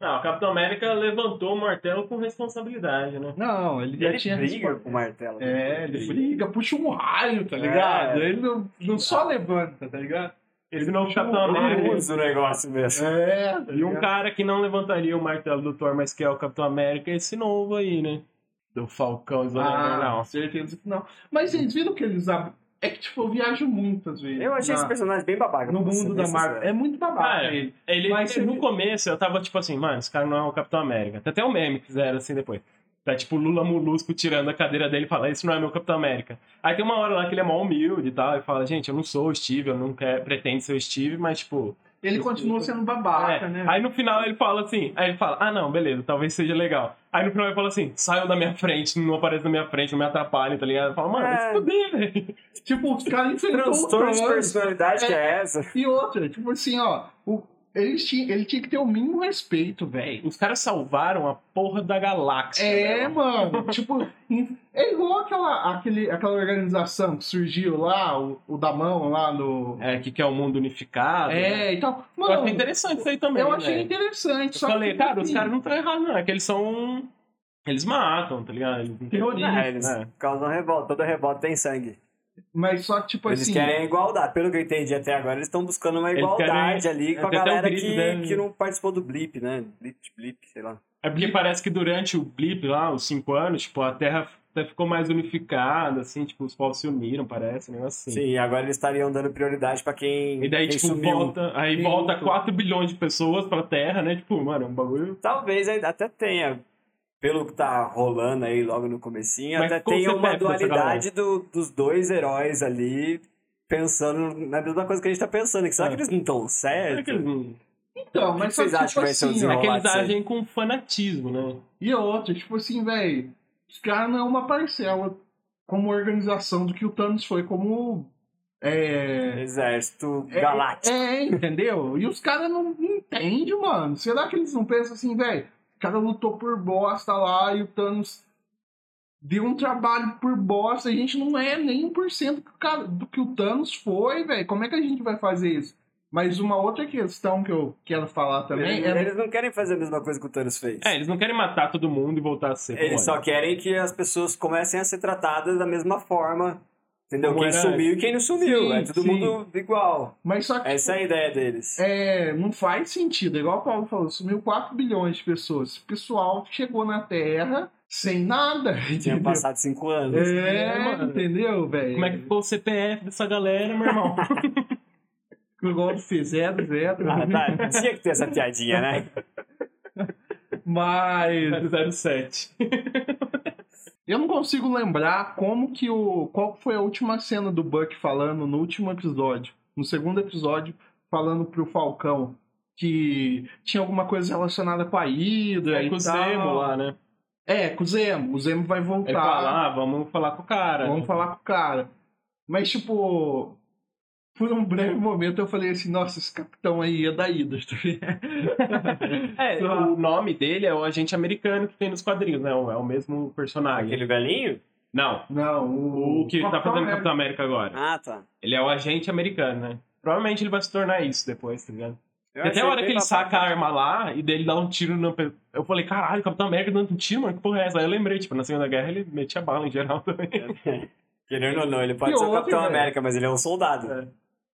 Não, o Capitão América levantou o martelo com responsabilidade, né? Não, ele E já ele tinha. briga com o martelo. É, ele briga, puxa um raio, tá ligado? É. Ele não, não só levanta, tá ligado? um Ele virou o Capitão Ele América. usa o negócio mesmo. É, tá E um ligado? cara que não levantaria o martelo do Thor, mas que é o Capitão América, é esse novo aí, né? Do Falcão e Ah, Não. certeza que não. Mas vocês viram que eles. ab- É que, tipo, eu viajo muito às vezes. Eu achei na- esse personagem bem babaca. No pra ser mundo da bem Marvel. É sincero. muito babaca Cara, ele. ele, Mas no você- começo eu tava tipo assim, mano, esse cara não é o Capitão América. Tem até um meme que fizeram assim depois. Tá tipo Lula Molusco tirando a cadeira dele e fala, esse não é meu Capitão América. Aí tem uma hora lá que ele é mó humilde e tal, e fala, gente, eu não sou o Steve, eu não quero, pretendo ser o Steve, mas tipo, Ele continua sendo babaca, É. né? Aí no final ele fala assim, aí ele fala, ah não, beleza, talvez seja legal. Aí no final ele fala assim, saiam da minha frente, não aparece na minha frente, não me atrapalhe, tá ligado? Fala, mano, É. vai se fuder, velho. Tipo, os caras enfrentam o Transtorno de Thor. personalidade que é essa. E outra, tipo assim, ó, o, eles tinham, ele tinha que ter o mínimo respeito, velho. Os caras salvaram a porra da galáxia. né, É, velho. mano, tipo, em- é igual aquela, aquele, aquela organização que surgiu lá, o, o da mão lá no. É, que quer o mundo unificado. né? É, e tal. Eu achei Mano, interessante isso aí também. eu achei velho. interessante. Eu só falei, que, cara, os assim, caras não estão errados, não. É que eles são. Eles matam, tá ligado? Eles Terroristas. É, eles É. causam revolta. Toda revolta tem sangue. Mas só que, tipo Eles assim. querem a igualdade. Pelo que eu entendi até agora, eles estão buscando uma Eles igualdade querem- ali com a até tem um galera grito, que, né? que não participou do blip, né? Blip, blip, sei lá. É porque parece que durante o blip lá, os cinco anos, tipo, a Terra até ficou mais unificada, assim, tipo, os povos se uniram, parece, um negócio assim. Sim, agora eles estariam dando prioridade pra quem, E daí, quem tipo, sumiu. volta, aí Quem volta voltou. 4 bilhões de pessoas pra Terra, né? Tipo, mano, é um bagulho. Talvez ainda até tenha, pelo que tá rolando aí logo no comecinho, Mas até como tenha você uma pega essa dualidade do- dos dois heróis ali pensando na mesma coisa que a gente tá pensando. Que será É. que eles não estão É, Será que certos? eles não- Então, mas só vocês que, acham tipo que vai ser o assim, ó, É que Rolar eles disso aí. agem com fanatismo, né? E outra, tipo assim, velho, os caras não é uma parcela como organização do que o Thanos foi como. É. Exército É, galáctico. É, entendeu? E os caras não não entendem, mano. Será que eles não pensam assim, velho? O cara lutou por bosta lá e o Thanos deu um trabalho por bosta. A gente não é nem 1% do, cara- do que o Thanos foi, velho. Como é que a gente vai fazer isso? Mas uma outra questão que eu quero falar também Eles, é. eles não querem fazer a mesma coisa que o Thanos fez. É, eles não querem matar todo mundo e voltar a ser. como Eles antes. só querem que as pessoas comecem a ser tratadas da mesma forma. Entendeu? Como quem era sumiu e quem não sumiu. Sim, é todo sim. mundo igual. Mas só que. Essa é a ideia deles. É, não faz sentido. Igual o Paulo falou, sumiu 4 bilhões de pessoas. O pessoal chegou na Terra sem nada. [laughs] Tinha entendeu? passado cinco anos. É, mano. entendeu, velho? Como é que ficou o CPF dessa galera, meu [laughs] irmão? Igual fez É, zero, zero. Ah, tá. Tinha que ter essa piadinha, né? [laughs] Mas 07. eu não consigo lembrar como que o. Qual foi a última cena do Buck falando no último episódio. No segundo episódio, falando pro Falcão que tinha alguma coisa relacionada com a Hydra É e com o tal. Zemo lá, né? É, com o Zemo. O Zemo vai voltar. Ele fala, ah, vamos falar né? com o cara. Vamos falar com o cara. Mas, tipo, por um breve momento eu falei assim, nossa, esse capitão aí é da Ida. É, o nome dele é o agente americano que tem nos quadrinhos, né? É o mesmo personagem. Aquele velhinho? Não, [laughs] Não, o... é o que tá fazendo Capitão América agora. Ah, tá. Ele é o agente americano, né? Provavelmente ele vai se tornar isso depois, tá ligado? Eu E até a achei hora que bem ele babado. saca a arma lá e daí ele dá um tiro na. pe- Eu falei, caralho, Capitão América dando um tiro, mano, que porra é essa? Aí eu lembrei, tipo, na Segunda Guerra ele metia bala em geral [laughs] também. Querendo ou não, ele pode E ser o outra, Capitão velho. América, mas ele é um soldado.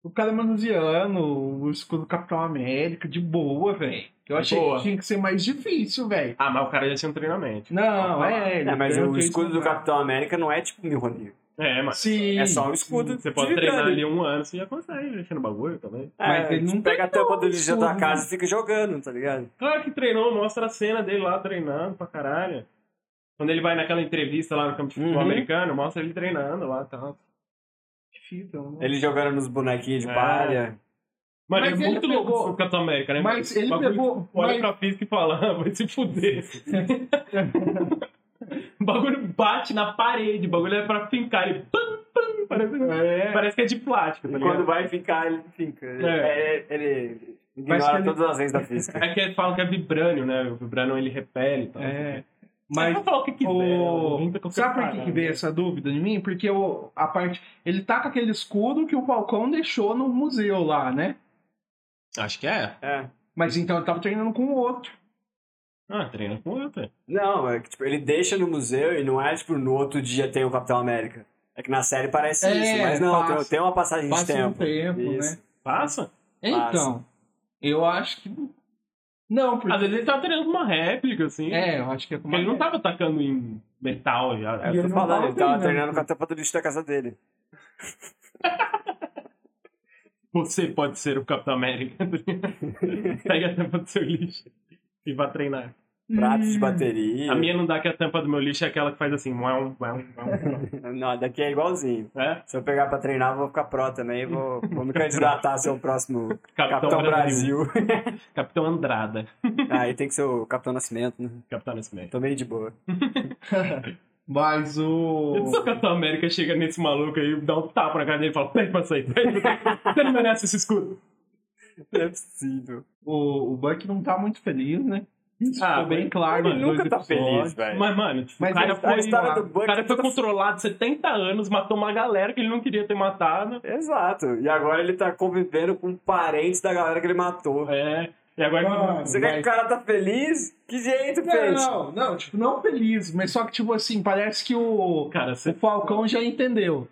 O cara manuseando o escudo do Capitão América de boa, velho. Eu De achei boa. que tinha que ser mais difícil, velho. Ah, mas o cara já tinha um treinamento. Não, é. ele É, mas tem o que escudo do estudar. Capitão América não é tipo Mjolnir. É, mas Sim. É só um escudo. você pode de treinar vidro. ali um ano, você já consegue mexer no bagulho também. É, Mas ele não pega a treinou tampa do um lixo da tua escudo, casa e fica jogando, tá ligado? Claro que treinou, mostra a cena dele lá treinando pra caralho. Quando ele vai naquela entrevista lá no campo de futebol Uhum. americano, mostra ele treinando lá e tal. Então, Ele jogando nos bonequinhos de É. palha. Mano, Mas é muito ele louco pegou- esse Capitão América, né? Mas ele Bagulho pegou- Olha mas- pra física e fala, "Ah, vai se [laughs] fuder. o bagulho bate na parede, o bagulho é pra fincar e pam, pam, parece, É. parece que é de plástico, tá E ligado? quando vai ficar, ele fica. É. É, ele Mas ignora ele- todas as leis da [laughs] física. É que eles falam que é vibrânio, né? O vibrânio ele repele e tal. É. Mas Mas vai falar o que quiser. né? o... inventa qualquer Sabe por que, parada. que veio essa dúvida em mim? Porque o, a parte. Ele tá com aquele escudo que o Falcão deixou no museu lá, né? Acho que é. É. Mas então ele tava treinando com o outro. Ah, treina com outra. Não, é que tipo, ele deixa no museu e não é tipo no outro dia tem o Capitão América. É que na série parece É, isso, mas não, tem, passa- tem uma passagem de Passa um tempo. tempo, Isso. né? Passa. Então, eu acho que. Não, porque. Às vezes ele tá treinando com uma réplica, assim. É, eu acho que é como. Porque ele não tava atacando em metal já. né? É, eu ele tô não falando, tava ele tava treinando. treinando com a tampa do lixo da casa dele. Você pode ser o Capitão América. [laughs] Pega a tampa do seu lixo e vá treinar. Pratos de Hum. bateria. A minha não dá que a tampa do meu lixo é aquela que faz assim. Uau, uau, uau. [laughs] Não, daqui é igualzinho. É? Se eu pegar pra treinar, eu vou ficar pró também. Vou, vou me candidatar a ser o próximo [laughs] Capitão Capitão, Brasil. Brasil. Capitão Andrada. Aí tem que ser o Capitão Nascimento, né? Capitão Nascimento. Tô meio de boa. Mas Eu o. sou Capitão América, chega nesse maluco aí, dá um tapa na cara dele e fala: pede pra sair, pede pra sair. Você não merece esse escudo. Não é possível. O, o Buck não tá muito feliz, né? Isso Ah, ficou bem mas claro. Ele nos dois nunca tá episódios. feliz, velho. Mas, mano, tipo, o Mas cara a- a foi. história do Buck o cara foi tá- controlado 70 anos, matou uma galera que ele não queria ter matado. Exato. E agora ele tá convivendo com parentes da galera que ele matou. É. E agora. Mano, Você quer que o mas- cara tá feliz? Que jeito, peixe. Não, não, não, tipo, não feliz, mas só que, tipo assim, parece que o, Cara, o você. Falcão já entendeu.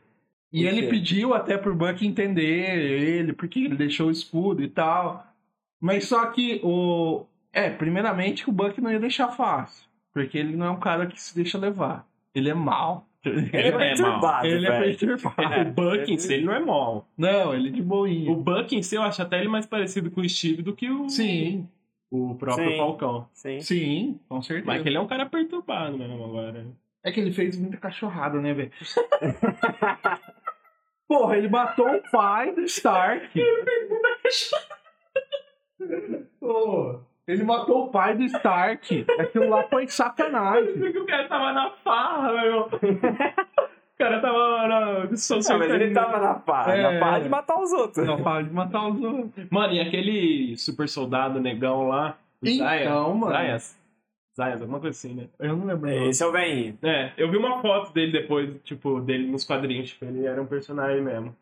E Por ele quê? pediu até pro Buck entender ele, porque ele deixou o escudo e tal. Mas só que o. É, primeiramente que o Buck não ia deixar fácil. Porque ele não é um cara que se deixa levar. Ele é mal. Ele não é mal. perturbado, Ele é Ah, velho. [laughs] O perturbado. Buck em si, ele não é mal. Não, ele é de O boinha. Buck em si, eu acho até ele mais parecido com o Steve do que o, Sim, o próprio Sim. Falcão. Sim. sim, com certeza. Mas que ele é um cara perturbado mesmo agora. É que ele fez muita cachorrada, né, [laughs] velho? Porra, ele matou o pai do Stark. [laughs] Porra, ele matou o pai do Stark. Aquilo lá foi sacanagem. O cara tava na farra, meu irmão. O cara tava na. Só Não, Ah, mas ele tava na farra. É. Na farra de matar os outros. Não, para de matar os outros. Mano, e aquele super soldado negão lá? o Zaya- Então, mano. Zayas. Zayas, alguma coisa assim, né? Eu não lembro. É, Esse é o velhinho. É, eu vi uma foto dele depois, tipo, dele nos quadrinhos. Tipo, ele era um personagem mesmo.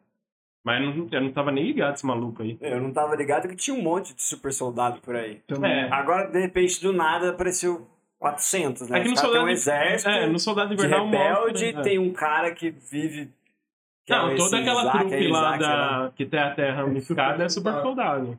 Mas eu não, eu não tava nem ligado esse maluco aí. Eu não tava ligado que tinha um monte de super soldado por aí. É. Agora, de repente, do nada, apareceu 400, né? Aqui Os no caras Soldado têm um exército É, no Soldado de Invernal rebelde, mostra, é. tem um cara que vive... que é Não, esse toda aquela Isaac, trupe é lá Isaac, sei lá. da... que tem a terra unificada é super soldado.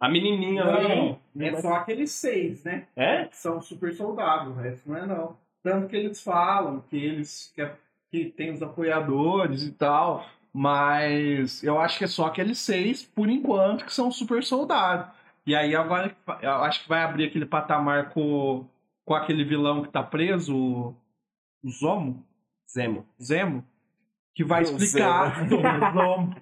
A menininha lá. só aqueles seis, né? É? que são super soldados, o resto não é não. Tanto que eles falam que eles que, é, que tem os apoiadores e tal, mas eu acho que é só aqueles seis, por enquanto, que são super soldados. E aí agora eu acho que vai abrir aquele patamar com, com aquele vilão que tá preso, o, o Zomo, Zemo. Zemo, que vai O explicar. [laughs] Zomo.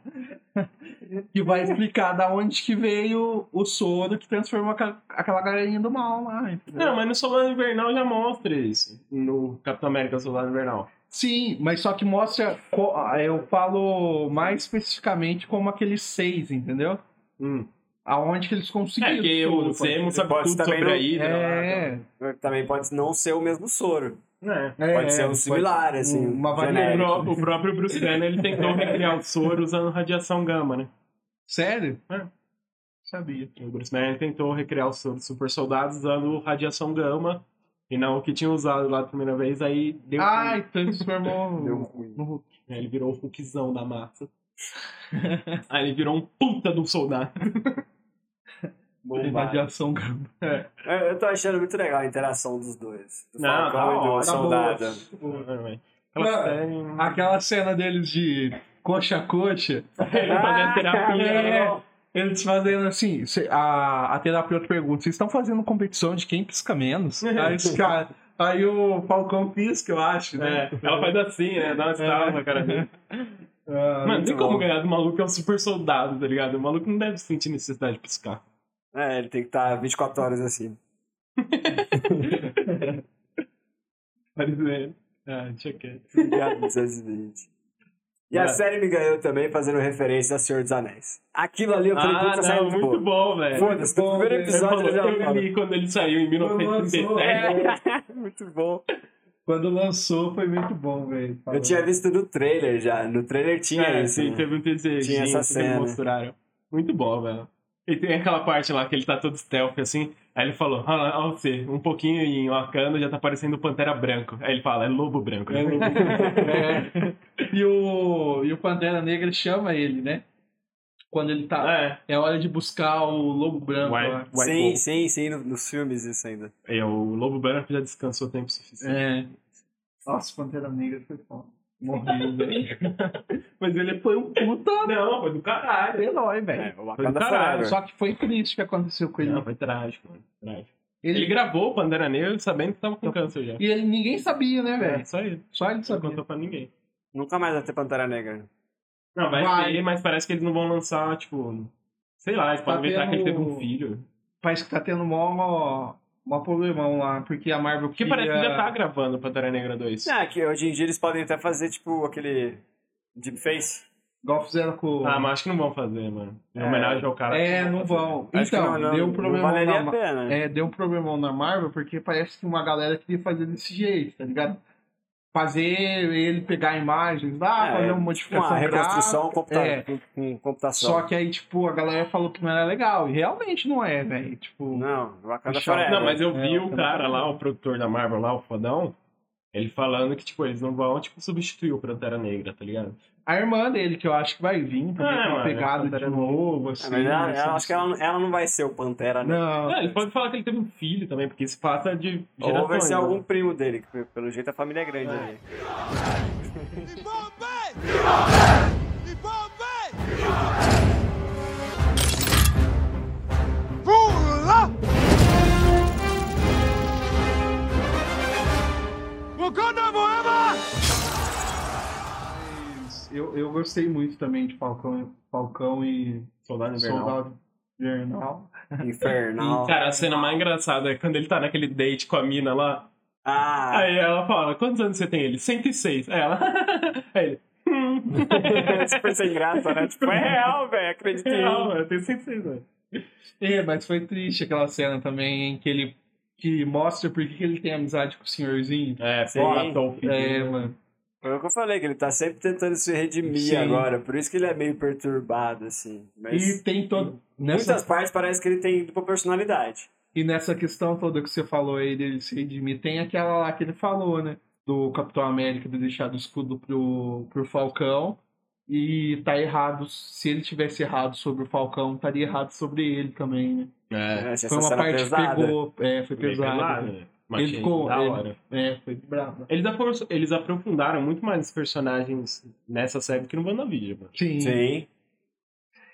que vai explicar da onde que veio o soro que transformou aquela, aquela galerinha do mal lá, entendeu? Não, mas no Soldado Invernal já mostra isso. No Capitão América Soldado Invernal. Sim, mas só que mostra. co- Eu falo mais especificamente como aqueles seis, entendeu? Hum. Aonde que eles É, conseguiram. porque o tudo, Zemo sabe pode tudo também sobre não- a ilha. É, Também pode não ser o mesmo soro. É. é, então. pode ser um pode- similar, assim. uma Uma variante. O, genérico. pró- o próprio Bruce Banner ele tentou recriar o soro usando radiação gama, né? Sério? Sabia. O Bruce Banner tentou recriar os super soldados usando radiação gama e não o que tinha usado lá a primeira vez, aí deu. Ah, ruim. então ele [laughs] se um Deu formou ruim. no Hulk. Aí ele virou o Hulkzão da massa. [laughs] aí ele virou um puta de um soldado. Tem radiação gama. Eu, É, eu tô achando muito legal a interação dos dois. Do Não, Falcão e tá do ótimo. Soldado. [laughs] Aquela Não. série. né? Aquela cena deles de coxa a coxa. Ele Ah, fazendo terapia. É, né? eles fazendo assim, cê- a, a terapeuta pergunta, vocês estão fazendo competição de quem pisca menos? aí, os cara, aí o Falcão pisca, eu acho, né? É, ela faz assim, né? Dá É. uma estala na [laughs] cara dele. Ah, Mano, tem como ganhar do maluco que é um super soldado, tá ligado? O maluco não deve sentir necessidade de piscar. É, ele tem que estar 24 horas assim. [laughs] Parecendo. Ah, deixa quieto. Obrigado, 220. E a É. série me ganhou também fazendo referência a Senhor dos Anéis. Aquilo ali eu falei, Ah, puta, essa série é não, muito, muito boa. bom, velho. Foda-se, Muito no bom, primeiro velho. Ele episódio falou eu já que eu falo. li quando ele saiu em 1937. É, [laughs] muito bom. Quando lançou foi muito bom, velho. Eu tinha visto no trailer já. No trailer tinha É, isso. sim, né? teve um TCG Tinha essa que eles cena. mostraram. Muito bom, velho. E tem aquela parte lá que ele tá todo stealth, assim. Aí ele falou, ah, lá, ó, você, um pouquinho em Wakanda já tá parecendo Pantera Branco. Aí ele fala, é Lobo Branco. né? [laughs] É. [laughs] E, o, e o Pantera Negra chama ele, né? Quando ele tá. É, É hora de buscar o Lobo Branco lá. White, White sim, Wolf. sim, sim, no- nos filmes isso ainda. É, o Lobo Branco já descansou tempo suficiente. É. Nossa, Pantera Negra foi foda. Morri, velho. Mas ele foi um puta [laughs] Não, foi do caralho. herói, velho. É, o Foi do Wakanda caralho, Forever. Só que foi triste o que aconteceu com ele. Não, foi trágico, mano. Trágico. ele, Ele gravou o Pantera Negra sabendo que tava com câncer já. E ele, ninguém sabia, né, É, velho? só ele. Só ele Não sabia. contou pra ninguém. Nunca mais vai ter Pantera Negra. Não, vai, Vai. ter, mas parece que eles não vão lançar, tipo. Sei lá, eles Tá podem inventar que ele teve tendo- um filho. Parece que tá tendo mó, mó, mó problemão lá, porque a Marvel Porque parece que já tá gravando Pantera Negra 2. Ah, que hoje em dia eles podem até fazer, tipo, aquele deepface. Igual fizeram com... Ah, mas acho que não vão fazer, mano. Em É. homenagem ao cara. É, que não fazer. vão. Acho que Então, não, não, deu um não problemão valeria na a Ma- pena. É, deu um problemão na Marvel, porque parece que uma galera queria fazer desse jeito, tá ligado? Fazer ele pegar imagens lá, É, ah, fazer uma tipo, modificação uma reconstrução gráfica. computa- É. com, com computação. Só que aí, tipo, a galera falou que não era legal. E realmente não é, velho. Tipo, Não, Wakanda Puxar- Forever. Não, mas eu vi É, o eu cara também. lá, o produtor da Marvel lá, o fodão, ele falando que, tipo, eles não vão, tipo, substituir o Pantera Negra, tá ligado? a irmã dele, que eu acho que vai vir, porque Ah, tem uma mano, pegada de Pantera novo, assim. É, mas ela- assim, ela- acho que ela, não- ela não vai ser o Pantera, né? Não, Ah, eles podem falar que ele teve um filho também, porque isso passa de gerações. Ou vai ser né? algum primo dele, que pelo jeito a família é grande [laughs] ali. Pula! Wakanda forever! eu, eu gostei muito também de Falcão, Falcão e Soldado Invernal. Soldado Invernal. Infernal. Cara, a cena mais engraçada é quando ele tá naquele date com a mina lá. Ah, [laughs] Aí ela fala, quantos anos você tem? Ele, 106. Aí ela, [laughs] aí ele, hum. super sem graça, né? Tipo, é real, velho, acredito em Não, mano, eu tenho 106 anos. É, mas foi triste aquela cena também, hein, que ele que mostra por que que ele tem amizade com o senhorzinho. É, Sim. porra, né? tô É, mano. Foi o que eu falei, que ele tá sempre tentando se redimir Sim. agora, por isso que ele é meio perturbado, assim. Mas E tem todo. muitas Nessa, partes parece que ele tem dupla personalidade. E nessa questão toda que você falou aí dele se redimir, tem aquela lá que ele falou, né? Do Capitão América de deixar o escudo pro, pro Falcão. E tá errado. Se ele tivesse errado sobre o Falcão, estaria errado sobre ele também, né? É, Essa Foi uma cena parte pesada. que pegou. É, foi meio pesado. pesado, né? Mas Ele achei ficou- da ele- hora. É, foi brabo. Eles, apro- eles aprofundaram muito mais os personagens nessa série do que no WandaVision, mano. Sim. Sim.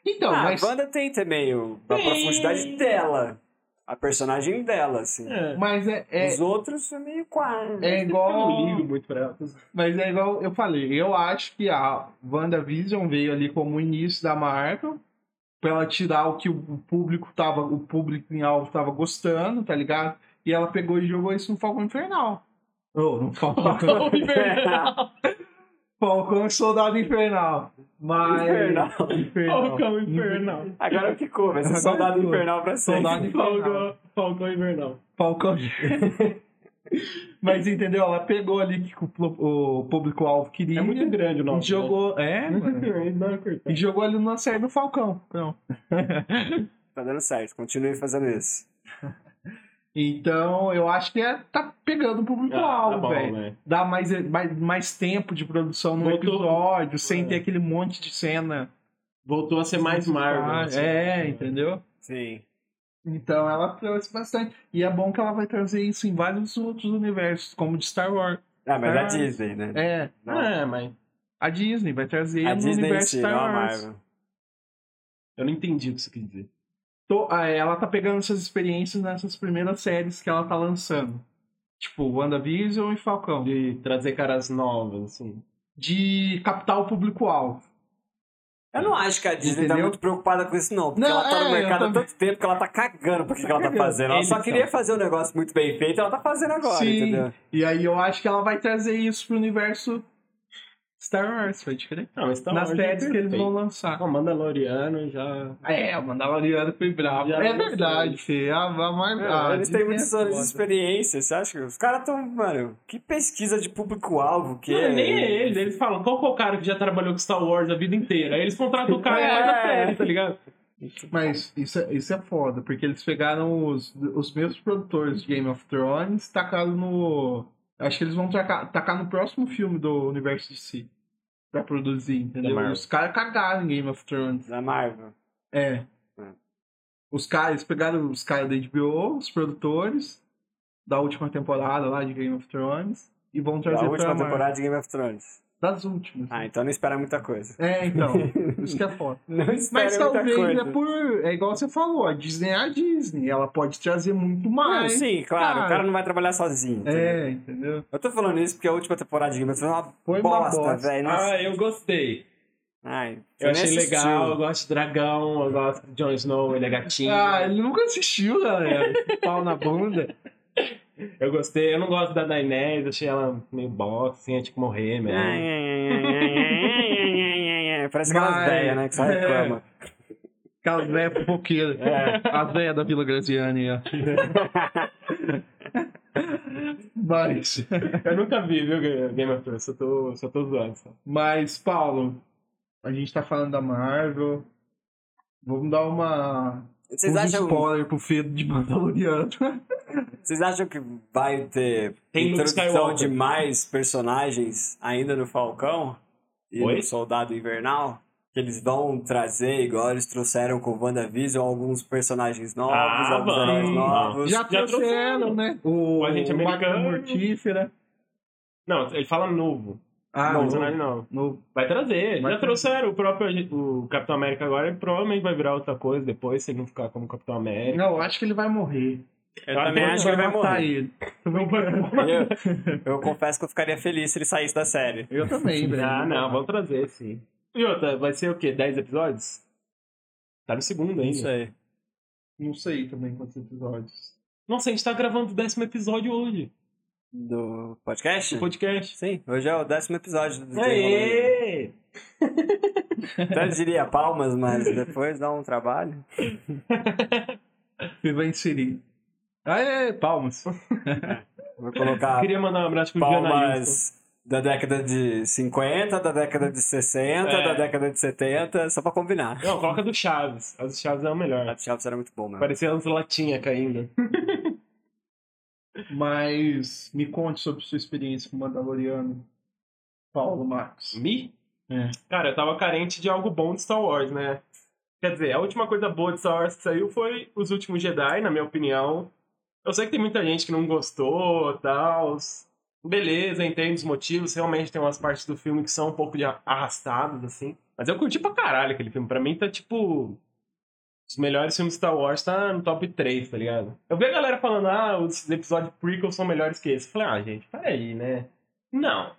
Então, ah, um- mas, a banda tem também o- a Tem. profundidade dela. A personagem dela, assim. É. mas é, é, Os outros é meio [laughs] quase. é Eu não ligo igual. muito pra elas. Mas é igual eu falei, eu acho que a WandaVision veio ali como o início da Marvel, pra ela tirar o que o público tava, o público em alvo tava gostando, tá ligado? E ela pegou e jogou isso no Falcão Infernal. Oh, no [laughs] Falcão. É, Falcão e Soldado Infernal. Mas. Infernal. Infernal. Falcão Infernal. Agora ficou, vai ser Agora soldado ficou. infernal pra sempre. Soldado- É [laughs] Falcão, Falcão Invernal. Falcão. Mas entendeu? Ela pegou ali que o plo- o público-alvo queria. É muito grande o e nome. jogou. É, né? mano. [laughs] Dá uma cortada. E jogou ali numa série do Falcão. Então. Tá dando certo, continue fazendo isso. Então, eu acho que é, tá pegando o Ah, tá público-alvo, bom, velho. velho. Dá mais, mais, mais tempo de produção no Botou- episódio, sem É. ter aquele monte de cena. Voltou a ser mais Marvel. assim. é, entendeu? Sim. Então ela trouxe bastante. E é bom que ela vai trazer isso em vários outros universos, como de Star Wars. Ah, mas Ah. a Disney, né? É, Não. É, mas a Disney vai trazer a no Disney em universo si, Star não a Wars. Marvel. eu não entendi o que você quis dizer. Tô- ah, é, ela tá pegando essas experiências nessas primeiras séries que ela tá lançando. Tipo, WandaVision e Falcão. De trazer caras novas, assim. De captar o público-alvo. Eu não acho que a Disney tá Entendeu? muito preocupada com isso, não. Porque Não, ela tá é, no mercado eu há também. tanto tempo que ela tá cagando pro que, que ela tá Cagando. fazendo. Ela Eles só são. queria fazer um negócio muito bem feito, ela tá fazendo agora, Sim. entendeu? E aí eu acho que ela vai trazer isso pro universo Star Wars, vai diferente. Não, mas tá Nas hoje é séries que eles vão perfeito. lançar. Ah, Mandaloriano já. É, o Mandaloriano foi bravo. Já é lançou. verdade, Fê. A, a Mar... É, a eles Disney têm muitos é anos de foda. experiência, você acha que os caras tão, mano, que pesquisa de público-alvo que é? Não, nem é eles. Eles falam, qual que é o cara que já trabalhou com Star Wars a vida inteira? Aí eles contratam o cara e faz a É. série, tá ligado? Mas isso é, isso é foda, porque eles pegaram os, os mesmos produtores de Game of Thrones, tacaram no. Acho que eles vão tacar, tacar no próximo filme do universo de si. Pra produzir, entendeu? Marvel. Os caras cagaram em Game of Thrones. Da Marvel. É. É. Os caras, eles pegaram os caras da HBO, os produtores da última temporada lá de Game of Thrones, e vão trazer Da pra última Marvel. temporada de Game of Thrones. Das últimas. Ah, então não espera muita coisa. [laughs] É, então. isso que é foda. Não espera Mas muita talvez coisa. é por. É igual você falou, a Disney é a Disney. Ela pode trazer muito Não, mais. Ah. sim, claro, cara. o cara não vai trabalhar sozinho. entendeu? É, entendeu? Eu tô falando isso porque a última temporada de Game of Thrones é uma Foi uma bosta, bosta. velho. nossa. Ah, eu gostei. Ai, Eu achei nem assisti. legal, eu gosto de dragão, eu gosto de Jon Snow, ele é gatinho. [laughs] Ah, ele nunca assistiu, galera. Pau na bunda. Eu gostei, eu não gosto da Daenerys, achei ela meio bosta, assim, é tipo morrer mesmo. Ah, é. Parece aquelas Mas- velhas, né? Que só É. reclama. Aquelas velhas fofoqueiras. É. As velhas da Vila Graziani, ó. [laughs] Mas, Eu nunca vi, viu, Game of Thrones, só tô, só tô zoando. só. mas, Paulo, a gente tá falando da Marvel. Vamos dar uma. Vocês um acham, spoiler pro Fê de Mandaloriano. vocês acham que vai ter Tem Luke introdução de Skywalker. mais personagens ainda no Falcão? E Oi? no Soldado Invernal? Que eles vão trazer, igual eles trouxeram com o WandaVision, alguns personagens novos, Ah, alguns vão, heróis vão. novos. Já trouxeram, trouxeram. né? O, O agente o Máquina americano. Mortífera. Não, ele fala novo, não, Ah, é. o- personagem novo. no- Vai trazer, Vai já trazer. trouxeram o próprio ag- o Capitão América agora, ele provavelmente vai virar outra coisa depois, se ele não ficar como Capitão América. Não, eu acho que ele vai morrer. Eu tá também Vai acho que ele vai matar morrer. ele. Eu vou- Eu, eu confesso que eu ficaria feliz se ele saísse da série. Eu [laughs] também, velho. Ah, né? não, vão trazer, sim. E outra, vai ser o quê? 10 episódios? Tá no segundo ainda. Isso aí. Não sei também quantos episódios. Nossa, a gente tá gravando o décimo episódio hoje, Do podcast? É. do podcast. Sim, hoje é o décimo episódio do Desenrolando. Aê! né? Até diria palmas, [laughs] mas depois dá um trabalho. Ele vai inserir. Aê, palmas. Vou colocar Queria mandar um abraço pro jornalista. palmas da década de 50, da década de 60, É. da década de 70, só pra combinar. Não, coloca do Chaves. As do Chaves é o melhor. A Chaves era muito bom mesmo. Parecia as latinhas caindo. Mas me conte sobre sua experiência com o Mandaloriano. Paulo Max. Me? É. Cara, eu tava carente de algo bom de Star Wars, né? Quer dizer, a última coisa boa de Star Wars que saiu foi Os Últimos Jedi, na minha opinião. Eu sei que tem muita gente que não gostou, tal. Beleza, entendo os motivos. Realmente tem umas partes do filme que são um pouco de a- arrastadas, assim. Mas eu curti pra caralho aquele filme. Pra mim tá tipo. Os melhores filmes de Star Wars tá no top 3, tá ligado? Eu vi a galera falando, ah, os episódios prequels são melhores que esse. Eu falei, ah, gente, peraí, né? Não.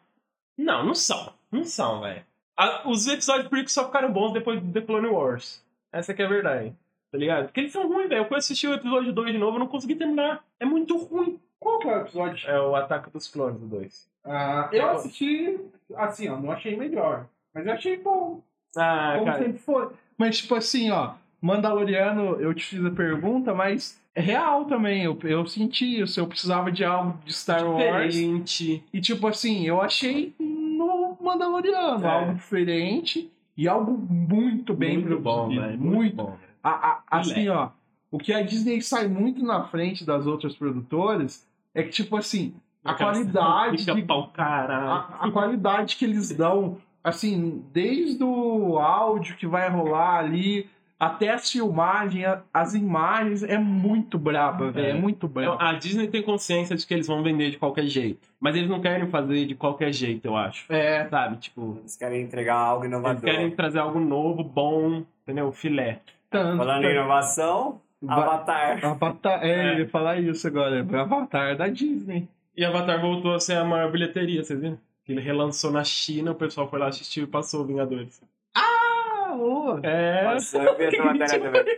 Não, não são. Não são, velho. Ah, Os episódios prequels só ficaram bons depois do The Clone Wars. Essa que é a verdade. Tá ligado? Porque eles são ruins, velho. Eu fui assistir o episódio 2 de novo, eu não consegui terminar. É muito ruim. Qual que é o episódio? É o Ataque dos Clones do 2. Ah, eu assisti, assim, ó, não achei melhor. Mas eu achei bom. Ah, como cara. sempre foi. Mas, tipo assim, ó, Mandaloriano, eu te fiz a pergunta, mas é real também. Eu, eu senti isso. Eu precisava de algo de Star Wars. Diferente. E tipo assim, eu achei no Mandaloriano É. algo diferente e algo muito bem muito bom, produzido, velho. Muito. bom. velho. A- a- assim, Filé. ó, o que a Disney sai muito na frente das outras produtoras é que, tipo assim, a Aquela qualidade, fica né? de- pau caralho. a, a qualidade que eles dão, assim, desde o áudio que vai rolar ali até as filmagens, a- as imagens, é muito braba, velho, é muito Então, braba. a Disney tem consciência de que eles vão vender de qualquer jeito. Mas eles não querem fazer de qualquer jeito, eu acho. É, Sabe? Tipo, Eles querem entregar algo eles inovador. querem trazer algo novo, bom, entendeu? Filé. tanto. Falando em inovação, Va- Avatar. Avatar, é, É. eu ia falar isso agora, é Avatar da Disney. E Avatar voltou a ser a maior bilheteria, vocês viram? Ele relançou na China, o pessoal foi lá assistir e passou Vingadores. Ah, ô, É, Nossa, eu [laughs] vi essa matéria também.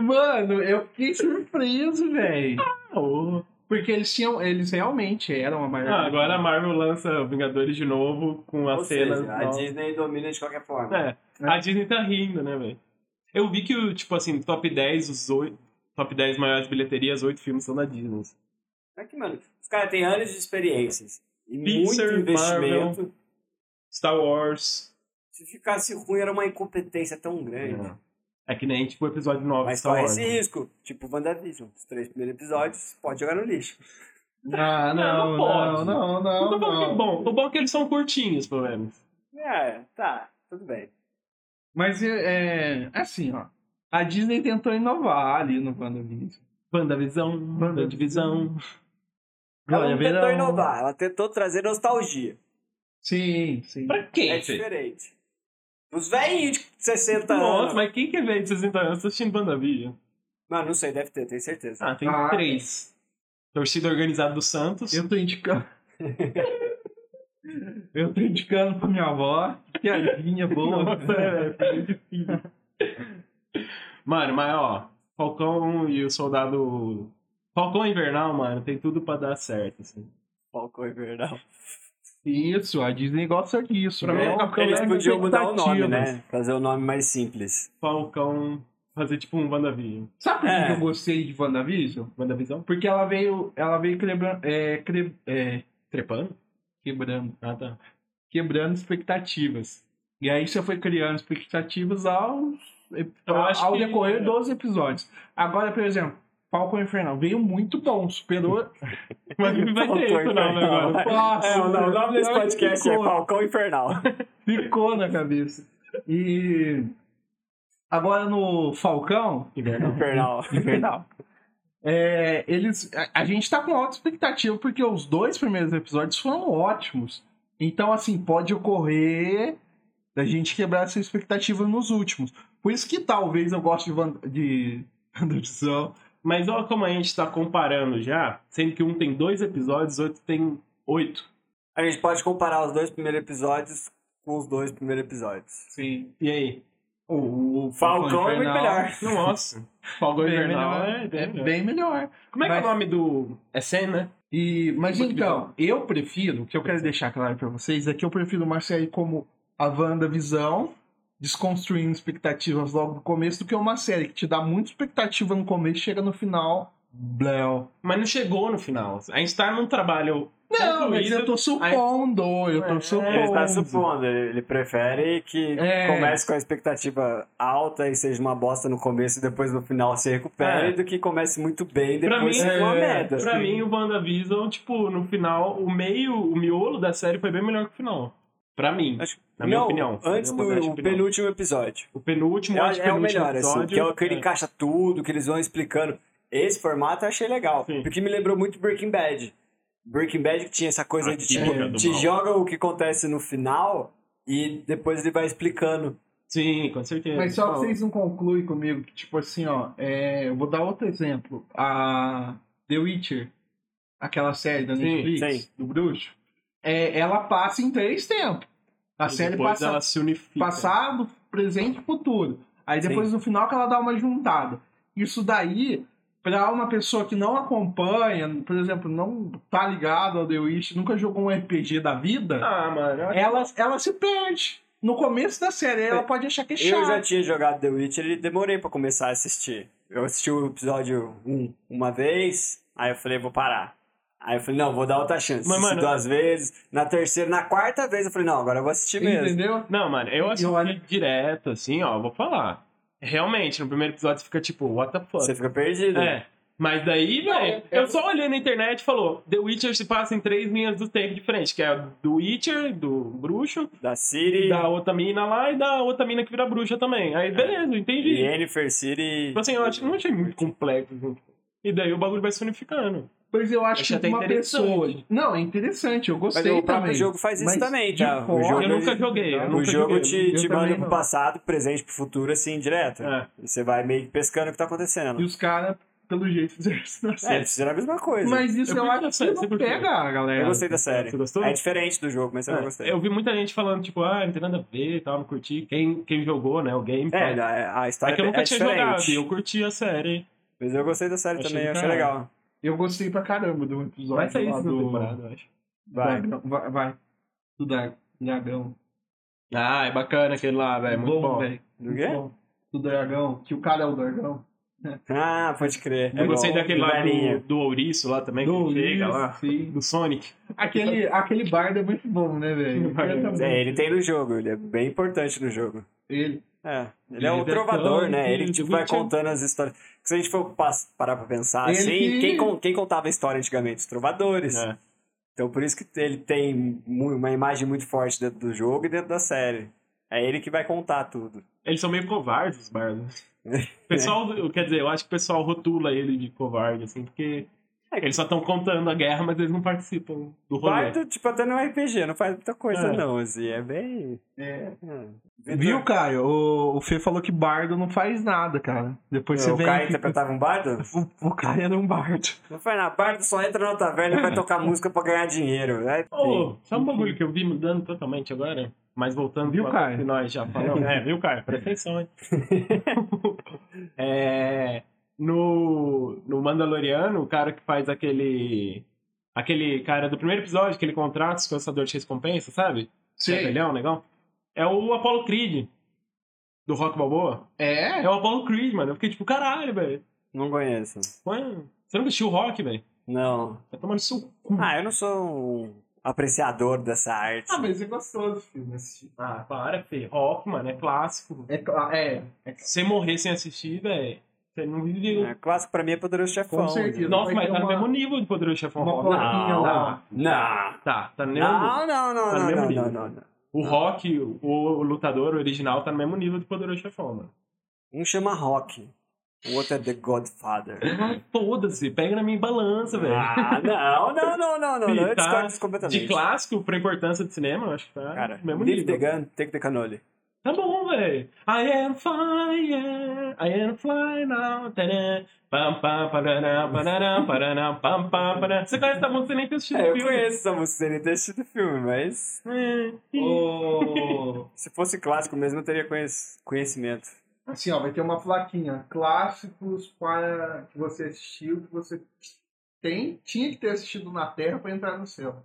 mano, eu fiquei surpreso, velho. ô. Porque eles tinham, eles realmente eram a maior. Ah, agora a Marvel lança Vingadores de novo com É. Ou as cenas. seja, a novas. Disney né? domina de qualquer forma. É. A Disney tá rindo, né, velho? Eu vi que, o tipo assim, top 10, os 8, top 10 maiores bilheterias, oito filmes são da Disney. É que, mano, os caras têm anos de experiências e Pixar, muito investimento. Star Wars. Se ficasse ruim, era uma incompetência tão grande. É que nem, tipo, o episódio 9 Mas Star corre Wars. esse risco. Tipo WandaVision. Os três primeiros episódios, pode jogar no lixo. Ah, não, [laughs] Não, pode. não, não, Não não. tô falando que é não. bom. O bom é que eles são curtinhos, pelo menos. É, tá, tudo bem. Mas é, é, assim, ó. A Disney tentou inovar ali no WandaVision. Wandavisão, Wandavisão. Ela Olha, não verão. é um tentou inovar, ela tentou trazer nostalgia. Sim, sim. Pra quê, É filho? diferente. Os velhinhos de 60 anos. Nossa, mas quem que veio de 60 anos assistindo Wandavision? Mano, não sei, deve ter, tenho certeza. Ah, tem Ah. é. três. Torcida organizada do Santos. Eu [laughs] tô indicando. Eu tô indicando pra minha avó. Que é piadinha boa. Nossa, é, foi muito difícil. Mano, mas ó, Falcão e o Soldado. Falcão Invernal, mano, tem tudo pra dar certo, assim. Falcão Invernal. Isso, a Disney gosta disso. Pra mim, né? é uma Eles Colega podiam mudar o nome, expectativas. né? Fazer o nome mais simples. Falcão fazer tipo um Wandavision. Sabe por que É. que eu gostei de WandaVision? Wandavisão? Porque ela veio, ela veio quebrando, é, cre- é, Trepando? quebrando, Ah, tá. quebrando expectativas. E aí você foi criando expectativas ao, Eu acho ao que- é. decorrer dos episódios. Agora, por exemplo, Falcon Infernal veio muito bom, superou. [laughs] Mas não vai ter Falcão isso, não, né, Infernal. mano? [laughs] Nossa, É, o velho, nome desse pior que podcast é né? ficou, Falcão Infernal. Ficou na cabeça. E agora no Falcão, Invernal. Infernal. Infernal. É, eles, a, a gente tá com alta expectativa porque os dois primeiros episódios foram ótimos. Então, assim, pode ocorrer da gente quebrar essa expectativa nos últimos. Por isso que talvez eu goste de, Van, de WandaVision. Mas olha como a gente tá comparando já, sendo que um tem dois episódios, outro tem oito. A gente pode comparar os dois primeiros episódios com os dois primeiros episódios. Sim. E aí? O, o Falcão é muito Infernal melhor. Nossa. Falcão Bem Invernal melhor. é, É bem melhor. Como é que Mas- é o nome do. É Sen, né? E, mas Muito então, eu prefiro, o que eu quero deixar claro pra vocês é que eu prefiro uma série como a WandaVision, desconstruindo expectativas logo do começo, do que uma série que te dá muita expectativa no começo e chega no final. Bléu. Mas não chegou no final. A gente tá num trabalho. Não, É, mas eu tô supondo, eu tô É, Ele supondo. está supondo, ele ele prefere que É. comece com a expectativa alta e seja uma bosta no começo e depois no final se recupere, É. do que comece muito bem e Pra depois mim, seja uma é, merda. assim. Pra mim, o WandaVision, tipo, no final, o meio, o miolo da série foi bem melhor que o final. Pra mim. Acho- Na minha Não, opinião. Antes Na minha modesta do opinião. penúltimo episódio. O penúltimo, Eu acho antepenúltimo é o melhor, episódio, assim, que é o que ele encaixa tudo, que eles vão explicando. Esse formato eu achei legal, Sim. porque me lembrou muito Breaking Bad. Breaking Bad que tinha essa coisa A de química tipo, do te mal. joga o que acontece no final e depois ele vai explicando. Sim, com certeza. Mas só que vocês não concluem comigo, que tipo assim, ó, é, eu vou dar outro exemplo. A The Witcher, aquela série da Sim, Netflix, sim. do bruxo, é, ela passa em três tempos. A E série depois passa ela se unifica. passado, presente e futuro. Aí depois no final que ela dá uma juntada. Isso daí, pra uma pessoa que não acompanha, por exemplo, não tá ligado ao The Witch, nunca jogou um RPG da vida, Ah, mano. eu acho- ela, ela se perde. no começo da série. Ela pode achar que é chato. Eu já tinha jogado The Witcher e demorei pra começar a assistir. Eu assisti o episódio 1 uma vez, aí eu falei, vou parar. Aí eu falei, não, vou dar outra chance. Mas, Assisti mano- duas vezes, na terceira, na quarta vez eu falei, não, agora eu vou assistir mesmo. Entendeu? Não, mano, eu assisti Eu olho- direto, assim, ó, vou falar. Realmente, no primeiro episódio você fica tipo, what the fuck? Você fica perdido. É. Mas daí, velho, eu só olhei na internet e falou: The Witcher se passa em três linhas do tempo diferentes, que é do Witcher, do bruxo, Da City, da outra mina lá e da outra mina que vira bruxa também. É. Aí, beleza, entendi. Yennefer City. Tipo assim, eu acho- não achei muito complexo. assim. E daí o bagulho vai se unificando. Pois eu acho Achei que até uma interessante. pessoa. Não, é interessante, eu Mas gostei o próprio também. jogo faz isso Mas também, de tá? fora- O jogo, Eu nunca joguei, eu o nunca jogo joguei. te, Eu te também manda um pro não. passado, presente, pro futuro, assim, direto. É. E você vai meio que pescando o que tá E acontecendo. os caras, pelo jeito, [laughs] fizeram isso na É, série. isso era a mesma coisa. Mas isso Eu eu, curti a acho série, que você não curtiu? pega a galera. Eu gostei da série. É, Você gostou? É diferente do jogo, mas eu não gostei. É, eu vi muita gente falando, tipo, ah, não tem nada a ver e tal, não curti. Quem, quem jogou, né, o game. É, tal. a- a história é que eu nunca é tinha diferente. jogado e eu curti a série. Mas eu gostei da série Achei também, do eu achei caralho. legal. Eu gostei pra caramba do episódio. Vai sair lá isso do... do... temporada, eu acho. Vai. Dragão- Vai, vai. Do dra- dragão. Ah, é bacana aquele lá, velho. Muito bom. velho. Do quê? Bom. Do dragão. Que o cara é o dragão. Ah, pode crer. Eu É gostei bom. daquele lá do, velhinho. do ouriço lá também, Do que ele chega ouriço, lá. sim. Do Sonic. Aquele, aquele bardo é muito bom, né, velho? Bardo. Canta É, muito. ele tem no jogo, ele é bem importante no jogo. Ele. É, ele é Ele um deve trovador, ter um né? filho Ele de tipo, vai Witcher. contando as histórias. Se a gente for pas- parar pra pensar Ele assim, que- quem, con- quem contava a história antigamente? Os trovadores. É. Então por isso que ele tem mu- uma imagem muito forte dentro do jogo e dentro da série. É ele que vai contar tudo. Eles são meio covardes, os bardos. O Pessoal, eu- quer dizer, eu acho que o pessoal rotula ele de covarde, assim, porque eles só estão contando a guerra, mas eles não participam do rolê. Quarto, tipo, até no RPG, não faz muita coisa, É. não, assim. É bem. É. É. Viu, Caio? O, o Fê falou que bardo não faz nada, cara. Depois você o vem. cara interpretava um bardo? O, o Caio era um bardo. Não faz nada. Bardo só entra na taverna e vai tocar música pra ganhar dinheiro. né? Ô, sabe um bagulho que eu vi mudando totalmente agora? Mas voltando Viu, pro Caio? assunto que nós já [laughs] falamos. é, viu, Caio? Presta atenção, hein? é, no, no Mandaloriano, o cara que faz aquele... Aquele cara do primeiro episódio que ele contrata os caçadores de recompensa, sabe? Sim. Rebelião, negão. É o Apollo Creed. Do Rock Balboa. É? É o Apollo Creed, mano. Eu fiquei tipo, caralho, velho. Não conheço. Mano, Você nunca assistiu o Rock, velho? Não. Tá tomando seu cu. Ah, eu não sou um apreciador dessa arte. Ah, mas é gostoso, filme. assistir. Ah, para, Fê. Rock, mano, é clássico. É, cla- é, é Se você morrer sem assistir, velho, você não viveu. É, clássico pra mim é Poderoso Chefão. Com certeza. Nossa, Vai mas ter tá no uma- mesmo nível de Poderoso Chefão uma Rock. plaquinha Não. lá. Não. Tá, tá no mesmo nível. Não, não, não, Tá no não, mesmo não, nível. não, não, não. O Rock, o, o lutador original, tá no mesmo nível de Poderoso Chefão, mano. Um chama Rock, o outro é The Godfather. Ah, Foda-se, pega na minha balança, velho. Ah, não, não, não, não, não, não. Eu Tá discordo isso de completamente. clássico pra importância de cinema, eu acho que tá Cara, no mesmo leave the nível. gun, take the cannoli. Tá bom, velho. I am flying, I am flying out. Tadã. Pam, pam, paraná, paraná, paraná, pam, pam, paraná. Você conhece essa música, você nem tem assistido o É, eu filme. conheço essa música, nem ter assistido o filme, mas É. O- Se fosse clássico mesmo, eu teria conhec- conhecimento. Assim, ó, vai ter uma plaquinha. Clássicos para que você assistiu, que você tem, tinha que ter assistido na Terra pra entrar no céu.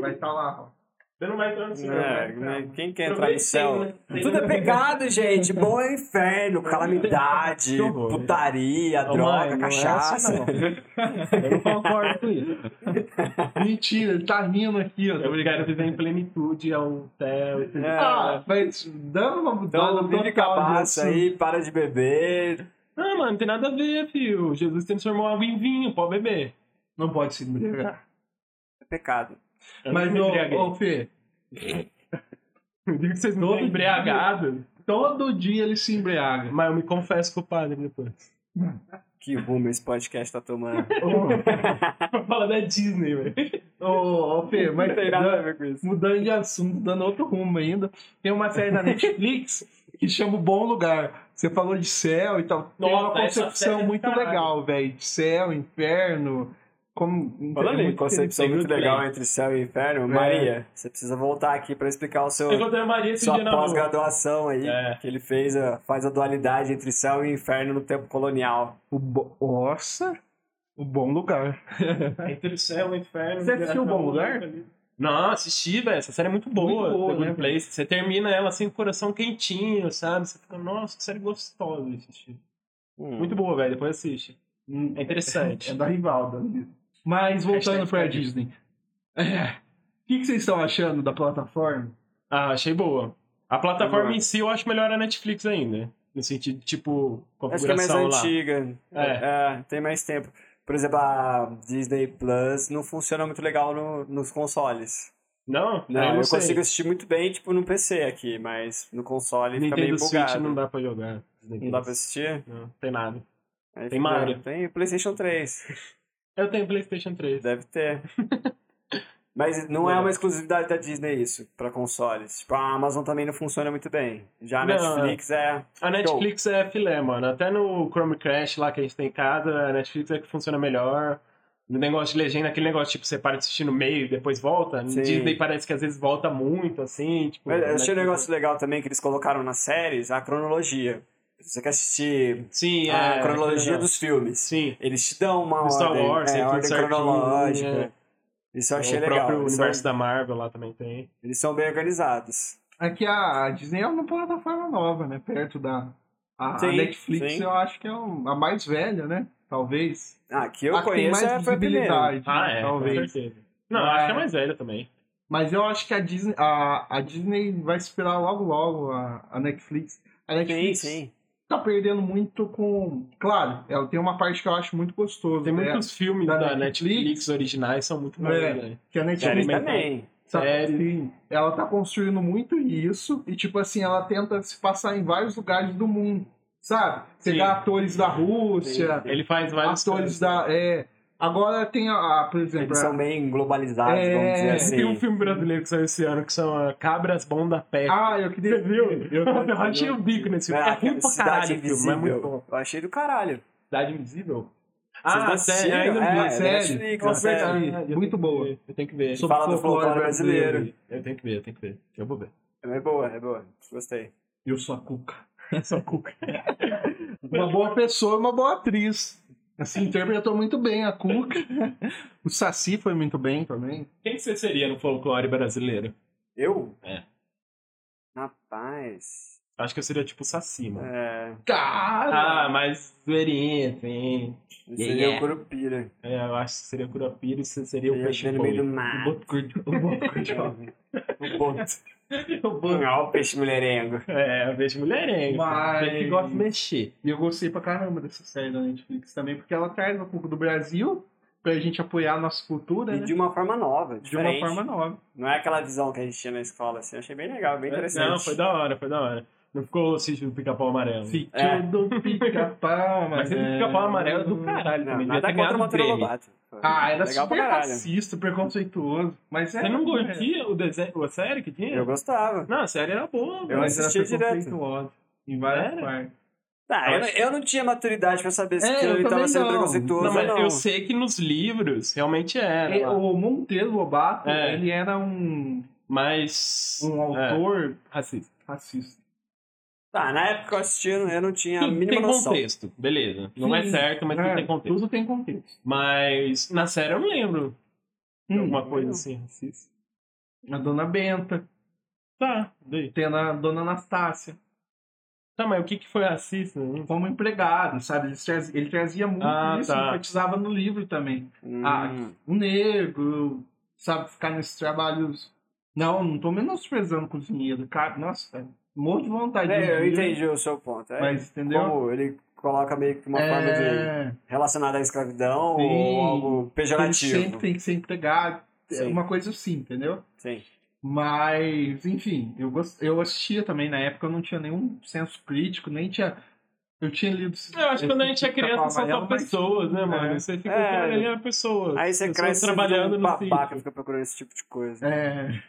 Vai estar lá, ó. Você não vai entrar no cinema. É, né? né? Quem quer entrar no Aproveita, céu? né? Tudo é pecado, gente. Bom é [laughs] inferno, calamidade, Que horror. putaria, Ô, mãe, droga, não é cachaça. assim, não. Eu não concordo com isso. Mentira, ele tá rindo aqui, ó. Eu [laughs] obrigado a viver em plenitude, é um céu. e tudo. É. Ah, mas dando uma mudada Então, vive total de cabaça assunto. aí, para de beber. Ah, mano, não tem nada a ver, filho. Jesus transformou água em vinho, pode beber. Não pode se embriagar. É pecado. [laughs] Eu não Mas, me embriaguei. ô, ô, [laughs] Fê, Eu digo que vocês não estão embriagados, todo dia ele se embriaga. mas eu me confesso culpado depois. Que rumo esse podcast tá [laughs] tomando. Fala da Disney, velho. Ô, ô, Fê, mas Não tem nada a ver com isso. mudando de assunto, dando outro rumo ainda, tem uma série da Netflix [laughs] que chama O Bom Lugar. Você falou de céu e tal. tem uma Nossa, essa série concepção é do muito caralho. legal, velho. De céu, inferno. Como, Falando é em muito concepção tem muito muito legal bem. entre céu e É. inferno, Maria, você precisa voltar aqui pra explicar o [laughs] seu, Eu encontrei a Maria esse sua dia na rua. pós-graduação aí, É. que ele fez a, faz a dualidade entre céu e inferno no tempo colonial. O bo... Nossa! O bom lugar. É, Entre o céu e o inferno. Você geração, assistiu o Bom Lugar? ali. Não, assisti, velho. Essa série é muito boa. Muito boa, The Good né? Place. Você termina ela assim com o coração quentinho, sabe? Você fica, nossa, que série gostosa de assistir. Muito boa, velho. Depois assiste. [laughs] É interessante. É da Rivalda. Mas voltando Hashtag pra fica a Disney. É. O que, que vocês estão achando da plataforma? Ah, achei boa. A plataforma Boa. em si eu acho melhor a Netflix ainda. No sentido, tipo, Acho que é mais configuração lá. antiga. É. tem mais tempo. Por exemplo, a Disney Plus não funciona muito legal no- nos consoles. Não, Não, É, eu eu, não sei. consigo assistir muito bem, tipo, no PC aqui, mas no console fica meio Nintendo Switch bugado. não dá pra jogar. Não dá pra assistir? Não, tem nada. Aí Tem fica- Mario. Tem PlayStation 3. Eu tenho PlayStation 3. Deve [laughs] ter. Mas não é uma exclusividade da Disney isso, pra consoles. Tipo, a Amazon também não funciona muito bem. Já a Não, Netflix é... A Netflix é filé, mano. Até no Chromecast lá que a gente tem em casa, a Netflix é que funciona melhor. No negócio de legenda, aquele negócio, tipo, você para de assistir no meio e depois volta. No Sim. Disney parece que às vezes volta muito, assim, tipo... Mas eu achei Netflix- um negócio legal também que eles colocaram nas séries, a cronologia. Se você quer assistir Sim, é... a cronologia legal. dos filmes. Sim. Eles te dão uma Star ordem, Wars, é, tem tudo ordem certinho, cronológica. é. Isso eu achei o legal. próprio Eles são- universo da Marvel lá também tem. eles são bem organizados. Aqui a a Disney é uma plataforma nova, né? Perto da a, a Sim, Netflix, sim. eu acho que é um- a mais velha, né? Talvez. Ah, que eu a que tem conheço mais é foi a primeira. visibilidade, Ah, né? é, com talvez. certeza. Não, Mas- acho que é mais velha também. Mas eu acho que a Disney, a, a Disney vai esperar logo logo a, a Netflix. A Sim, Netflix sim. tá perdendo muito com. Claro, ela tem uma parte que eu acho muito gostoso. Tem né? muitos filmes da É. da, Netflix. Netflix. originais são muito bons, É. né? Que a Séries Netflix Série também. Tá- Sério? sim, ela tá construindo muito isso e, tipo assim, ela tenta se passar em vários lugares do mundo, sabe? Pegar Sim. atores da Rússia, Sim, Ele faz vários... atores da. É, agora tem a, a, por exemplo, Eles são a, bem globalizados, É, vamos dizer assim. é. Tem um filme brasileiro que saiu esse ano que chama Cabras Bom da Pé. Ah, eu queria. Você viu? [laughs] Eu, rachei o bico nesse filme. É Caraca, ruim pra Ah, Cidade caralho o filme, mas é Invisível. muito bom. Eu achei do caralho. Cidade Invisível? Vocês não Ah, sério, assistiram? ainda É, não da vi. série. Netflix, Eu uma série. assisti. Ah, eu tenho Muito que boa. ver, Eu tenho que ver. Sobre Fala do folclore brasileiro. Eu tenho que ver, eu tenho que ver. Eu vou ver. É boa, é boa. Gostei. Eu sou a Cuca. Só cuca. Uma boa pessoa, uma boa atriz. Assim, interpretou muito bem a [laughs] Cuca. O Saci foi muito bem também. Quem que você seria no folclore brasileiro? Eu? É. Rapaz. Acho que eu seria tipo Saci, mano. É. Cara! Ah, mas zoeirinha, sim. Seria o Curupira. É, eu acho que seria o Curapira é? e você seria o Seria Peixe no meio Boi. do mar. O Boto Curdi- [laughs] o Boto Curdi- O [laughs] Boto. O Boto Ah, o peixe mulherengo. É, eu vejo mulherengo. Mas- Mas... que gosta de mexer. E eu gostei pra caramba dessa série da Netflix também, porque ela traz um pouco do Brasil pra gente apoiar a nossa cultura, E né? de uma forma um nova, De uma diferente. forma nova. Não é aquela visão que a gente tinha na escola, assim. Eu achei bem legal, bem interessante. É, Não, foi da hora, foi da hora. Não ficou o sítio do pica-pau amarelo. Sítio É. do pica-pau, Mas ele do pica-pau amarelo é do caralho Não, também. nada devia contra ter ganhado o um Monteiro prêmio. Lobato. Ah, era legal pra super caralho. racista, preconceituoso. Mas é. Você não é. curtia o desenho, a série que tinha? Eu gostava. Não, a série era boa, Eu velho. Mas era assistia direto. preconceituoso. Em várias Era? partes. Tá, eu, Eu não- eu não tinha maturidade pra saber se É, aquilo eu ele tava também sendo não. preconceituoso Não, mas ou não. eu sei que nos livros realmente era. E o Monteiro Lobato, É. ele era um, Mas. um é, autor racista. racista. Tá, na época que eu assisti, eu não- eu não tinha a Tudo mínima tem noção. contexto, beleza. Não é Sim. certo, mas É, tudo tem contexto. Tudo tem contexto. Mas na série eu não lembro de alguma Hum, coisa assim, racista. A Dona Benta, Tá, daí. tem a Dona Anastácia. Tá, mas o que, que foi racista? Eu não como empregado, sabe? Ele trazia, ele trazia muito Ah, isso, tá. enfatizava no livro também. Hum, Ah, o negro, sabe, ficar nesses trabalhos. Não, não tô menosprezando cozinheiro, cara. Nossa, cara, morro de vontade. de um é, eu dia, entendi o seu ponto. É, Mas entendeu? como ele coloca meio que uma forma de é, relacionada à escravidão Sim. ou algo ele sempre pejorativo. tem que ser empregado. é Sim. Uma coisa assim, entendeu? Sim. Mas, enfim, eu, gost... eu assistia também. Na época eu não tinha nenhum senso crítico, nem tinha. Eu tinha lido. Eu acho que quando a gente é tipo criança, são só Amarelo, mas- pessoas, né, mano? É. Você fica É. é. ali, pessoas. Aí você pessoas cresce sendo trabalhando um no babaca, sítio. fica procurando esse tipo de coisa. É.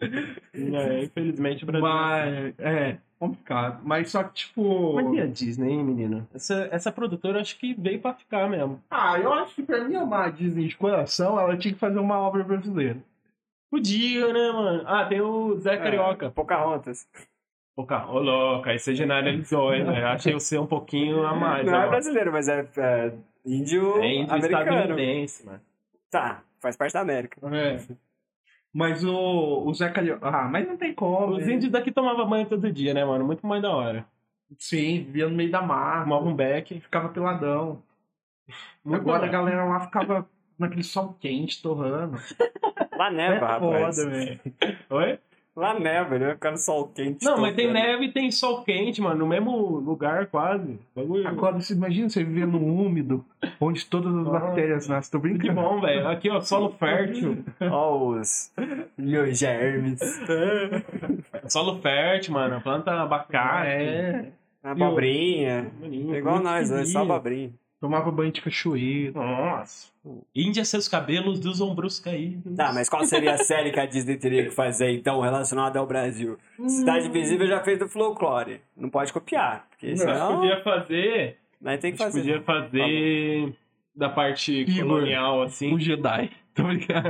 É, assim. infelizmente o Brasil. Mas, é, complicado. Mas só que, tipo. Mas e a Disney, hein, menino? Essa, essa produtora acho que veio pra ficar mesmo. Ah, eu acho que pra mim amar a Disney de coração, ela tinha que fazer uma obra brasileira. É. Podia, né, mano? Ah, tem o Zé Carioca. É Pocahontas. Pô, cara, ô louca, aí você generalizou, hein, velho? Achei o seu um pouquinho a mais. Não é ó. brasileiro, mas é, é índio É índio americano. estadunidense, mano. Tá, faz parte da América. É. Mas o, o Zé Calhau... Ah, mas não tem como. Os né? índios daqui tomavam banho todo dia, né, mano? Muito mais da hora. Sim, via no meio da mata, Tomavam um beck. ficava peladão. Muito Agora a da hora. galera lá ficava naquele sol quente, torrando. Lá neva, é rapaz. foda, velho. Oi? Lá neva, né? Ficar no sol quente. Não, mas tem tocando. neve e tem sol quente, mano. No mesmo lugar, quase. Bagulho. Agora, você imagina você viver num úmido, onde todas Ah. as bactérias nascem. Tô Que brincando. bom, velho. Aqui, ó, solo fértil. Ó os [laughs] miogermes. Solo fértil, mano. Planta Ah, abacate. é. Abobrinha. Maninho, É né? igual muito nós, né? Só queria. abobrinha. Tomava banho de cachoeira. Nossa. Índia, seus cabelos dos ombros caídos. Tá, mas qual seria a série que a Disney teria que fazer, então, relacionada ao Brasil? Hum. Cidade Invisível já fez do Folklore. Não pode copiar, porque A gente senão podia fazer. nós A tem que gente fazer. né? Tá podia fazer da parte Igor. colonial, assim. Um Jedi. Tô brincando.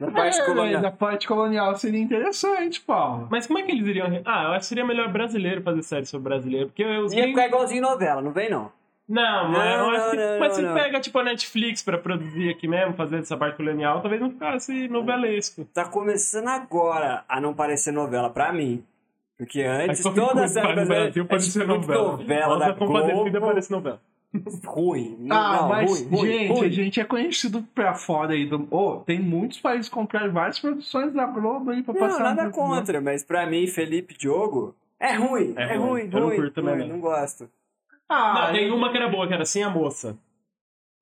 Na parte Ah, É, colonial. velho, da parte colonial seria interessante, Paulo. [laughs] Mas como é que eles iriam. re- Ah, eu acho que seria melhor brasileiro fazer série sobre brasileiro. Porque eu. Ia ficar igualzinho novela, não vem não. Não, mas eu Não, acho que. não, não, mas se não. pega, tipo, a Netflix pra produzir aqui mesmo, fazer essa parte colonial, talvez não ficasse novelesco. Tá começando agora a não parecer novela pra mim. Porque antes Aí qualquer toda a coisa série faz no brasileira Brasil é pode ser tipo muito novela. novela Nossa, da Compadecida Globo, parece novela. ruim. Ah, não, mas, ruim, ruim, gente, a ruim. gente é conhecido pra fora aí do. Ô, tem muitos países que compraram várias produções da Globo aí pra Não, passar. nada no- contra, mas pra mim, Felipe Diogo, é ruim, É é, ruim. ruim, Eu não ruim, curto também, ruim, não. não gosto. Ah, Não, tem uma que era boa, que era Sem a Moça.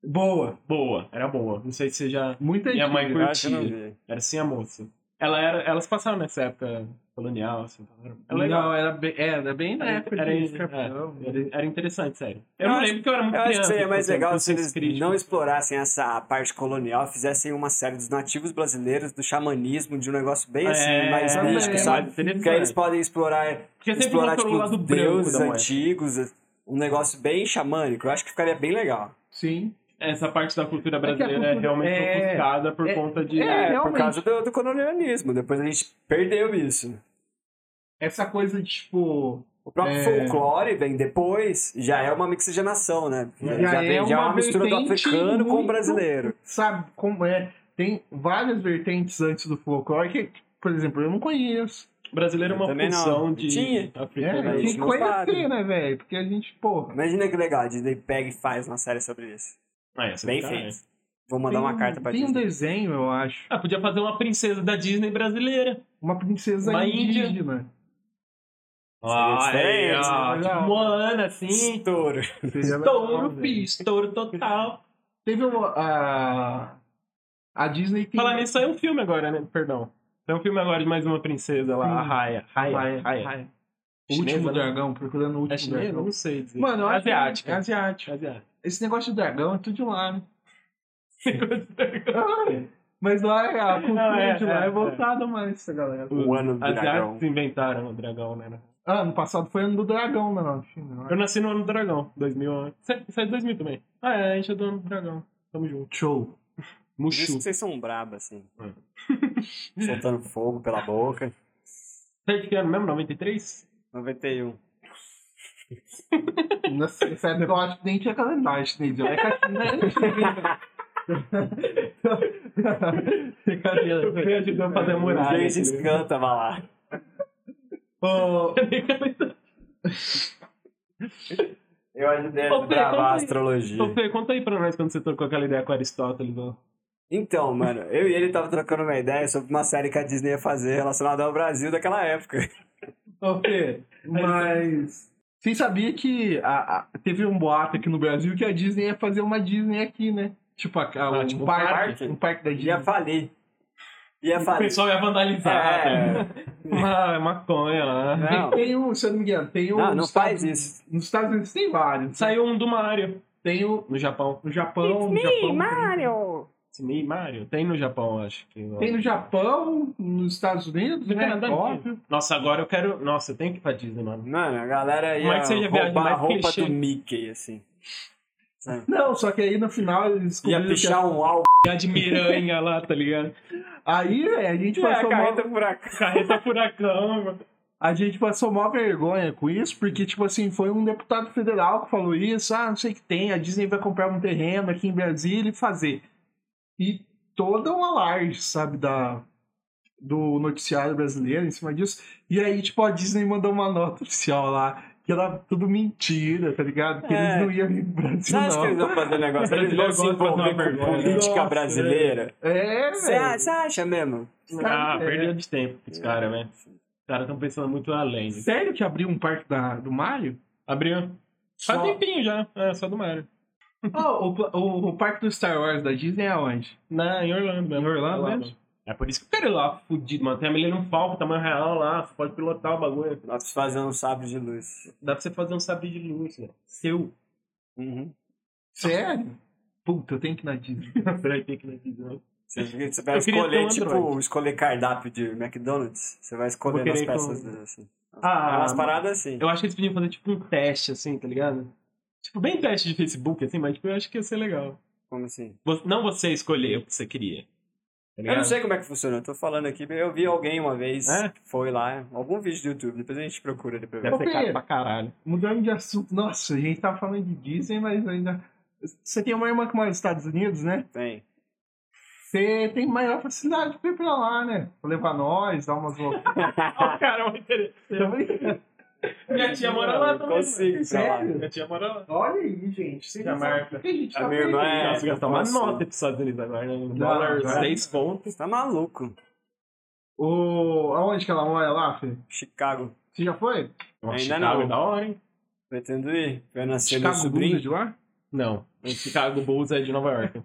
boa. Boa, era boa. Não sei se você já. Muita Minha gente. mãe Eu acho que não curtia. vi. Era Sem a Moça. Ela era, elas passaram nessa época colonial, assim. então Era, era legal. Não, era bem, era bem na época Era, é. de era, escravidão. era- era interessante, sério. Eu Eu não acho- lembro que eu era muito Eu acho criança. que seria mais assim, legal eu se tenho eles crítico. não explorassem essa parte colonial, fizessem uma série dos nativos brasileiros, do xamanismo, de um negócio bem assim, É, mais é, místico, é, sabe? mais interessante. Porque aí eles podem explorar, Porque sempre explorar mostrou tipo, o lado branco deuses da moeda. antigos, um negócio bem xamânico. Eu acho que ficaria bem legal. Sim. Essa parte da cultura brasileira é, cultura- realmente é, ofuscada por é, conta de. É, É, por realmente. causa do, do colonialismo. Depois a gente perdeu isso. Essa coisa de tipo. O próprio É. folclore vem depois, já é uma mixigenação, né? Já, Já já vem, é já é uma uma mistura do vertente africano com o muito- brasileiro. Sabe como é? Tem várias vertentes antes do folclore que, por exemplo, eu não conheço. Brasileiro é Eu uma também não. função de. Tinha. É, Africano. a a gente gente não conhecer, sabe. né, velho? Porque a gente, porra. Imagina que legal, a Disney pega e faz uma série sobre isso. Ah, essa Bem do caralho. feito. Vou mandar tem uma um- carta pra Tem um Disney. desenho, eu acho. Ah, podia fazer uma princesa da Disney brasileira. Uma princesa Uma índia. indígena. Ah, é, diferente, ó, né? tipo Moana, assim. Estouro. Seria legal, né? Estouro, velho. fi, estouro [laughs] total. Teve uma. A, a Disney tem. Falar nisso, saiu um filme agora, né? Perdão. Saiu um filme agora de mais uma princesa lá, Sim. a Raya. Raya, Raia, Raya. Raia. O Chinesa, último né? dragão, procurando o último É chinesa? dragão. Não sei dizer. Mano, eu acho que- asiática. é asiático. Asiática. Esse negócio de dragão é tudo de [laughs] lá, né? [laughs] Asiática. Mas lá é a cultura Não, é, de lá é, é, é. voltada mais essa galera. O ano do dragão. Asiáticos inventaram o dragão, né? Ah, ano passado foi ano do dragão né, lá na China. Eu nasci no ano do dragão, 2000. Sai sai de 2000 também. Ah, é, a gente é do ano do dragão. Tamo junto. Show. Por isso Mushu. que vocês são brabos, assim. Hum. [laughs] Soltando fogo pela boca. Sabe de que ano mesmo? [laughs] 93? 91. Nessa é essa época eu acho que nem tinha calendário chinês. É né? que a China é Eu Brincadeira. fui ajudando a fazer a muralha. Gente, escanta, vai lá. Ô, Então, Eu ajudei Ô, a Fê, desbravar conta a aí. astrologia. É. Ô, Fê, conta aí pra nós quando você trocou aquela ideia com Aristóteles. ó. Então, mano, eu e ele tava trocando uma ideia sobre uma série que a Disney ia fazer relacionada ao Brasil daquela época. ô, Fê, mas. Vocês sabiam que a- a- teve um boato aqui no Brasil que a Disney ia fazer uma Disney aqui, né? Tipo, a, a- Ah, um, tipo um parque, parque? Um parque da Disney. Ia falir. Ia O falir. pessoal ia vandalizar. É. Ah, é maconha lá. Não. Tem o, se eu não me engano, tem o. Não, não nos faz Estados- isso. Nos Estados Unidos tem vários. Saiu um do Mario Tem o, no Japão. o Japão. no Japão Sim, Mario. Tem no Japão, acho que. ó. Tem no Japão, nos Estados Unidos, No né? Canadá, Óbvio. Nossa, agora eu quero. Nossa, eu tenho que ir pra Disney, mano. Mano, a galera Como é que você já ia viaja roubar a mais roupa clichê? do Mickey, assim. Sabe? Não, só que aí no final eles Ia descobriram que... pichar um alvo. Já de miranha lá, tá [laughs] ligado? Aí é, a gente Tipo, É, passou [laughs] mó... furacão. Carreta furacão, mano. a gente passou mó vergonha com isso, porque, tipo assim, foi um deputado federal que falou isso, ah, não sei o que tem, a Disney vai comprar um terreno aqui em Brasília e fazer. e toda um alarde, sabe, da, do noticiário brasileiro em cima disso. E aí, tipo, a Disney mandou uma nota oficial lá, que era tudo mentira, tá ligado? Que É. eles não iam vir pro Brasil, Você acha que eles não. vão fazer negócio? Eles vão se Negócio, envolver não, com vergonha. política Nossa, brasileira? É, Você velho. você acha mesmo? Ah, É. perda de tempo com os caras, velho. Os caras estão pensando muito além. Sério que abriu um parque da, do Mario? Abriu. Faz Só- tempinho já. É, só do Mario. [laughs] Ó, o, pla- o, o parque do Star Wars da Disney é onde? Na, em Orlando mesmo. Em Orlando Lá, mesmo? mano. É por isso que eu quero ir lá, fudido, mano. Tem a Milena um palco, tamanho real lá, você pode pilotar o bagulho. tá Nós fazendo um sabre de luz. Dá pra você fazer um sabre de luz, né? Seu. Uhum. Sério? Puta, eu tenho que ir na [laughs] Disney. Você vai ter que ir na Você, você vai Eu queria ter escolher, um tipo, Android. escolher cardápio de McDonald's. Você vai Vou escolher querer as ir com- um. peças assim. Ah, Umas paradas assim. Eu acho que eles podiam fazer tipo um teste, assim, tá ligado? Tipo, bem teste de Facebook, assim, mas tipo, eu acho que ia ser legal. Como assim? Vo- Não você escolher o que você queria. Tá ligado? Eu não sei como é que funciona, eu tô falando aqui, eu vi alguém uma vez, É? que foi lá, algum vídeo do YouTube, depois a gente procura ali pra ver. Deve Ô, ser caro Pedro. pra caralho. Mudando de assunto, nossa, a gente tava falando de Disney, mas ainda. Você tem uma irmã que mora nos Estados Unidos, né? É. Tem. Você tem maior facilidade pra ir pra lá, né? Pra levar nós, dar umas voltas. o cara vai querer. Tá brincando? [laughs] Minha tia mora lá Eu também. né? consigo, sei lá. mano. Minha tia mora lá. Olha aí, gente. Você Já não sabe marca. o que a gente A tá minha irmã vendo. É, Nossa, gastar uma nossa. nota pros Estados Unidos agora, né? Um dólar, vai. seis pontos. Você tá maluco? O... Aonde que ela mora lá, Fê? Chicago, Você já foi? Ainda Chicago não. é da hora, hein? pretendo ir, vai nascer é meu Chicago sobrinho. Bulls é de lá? Não. O Chicago Bulls é de Nova [laughs] York.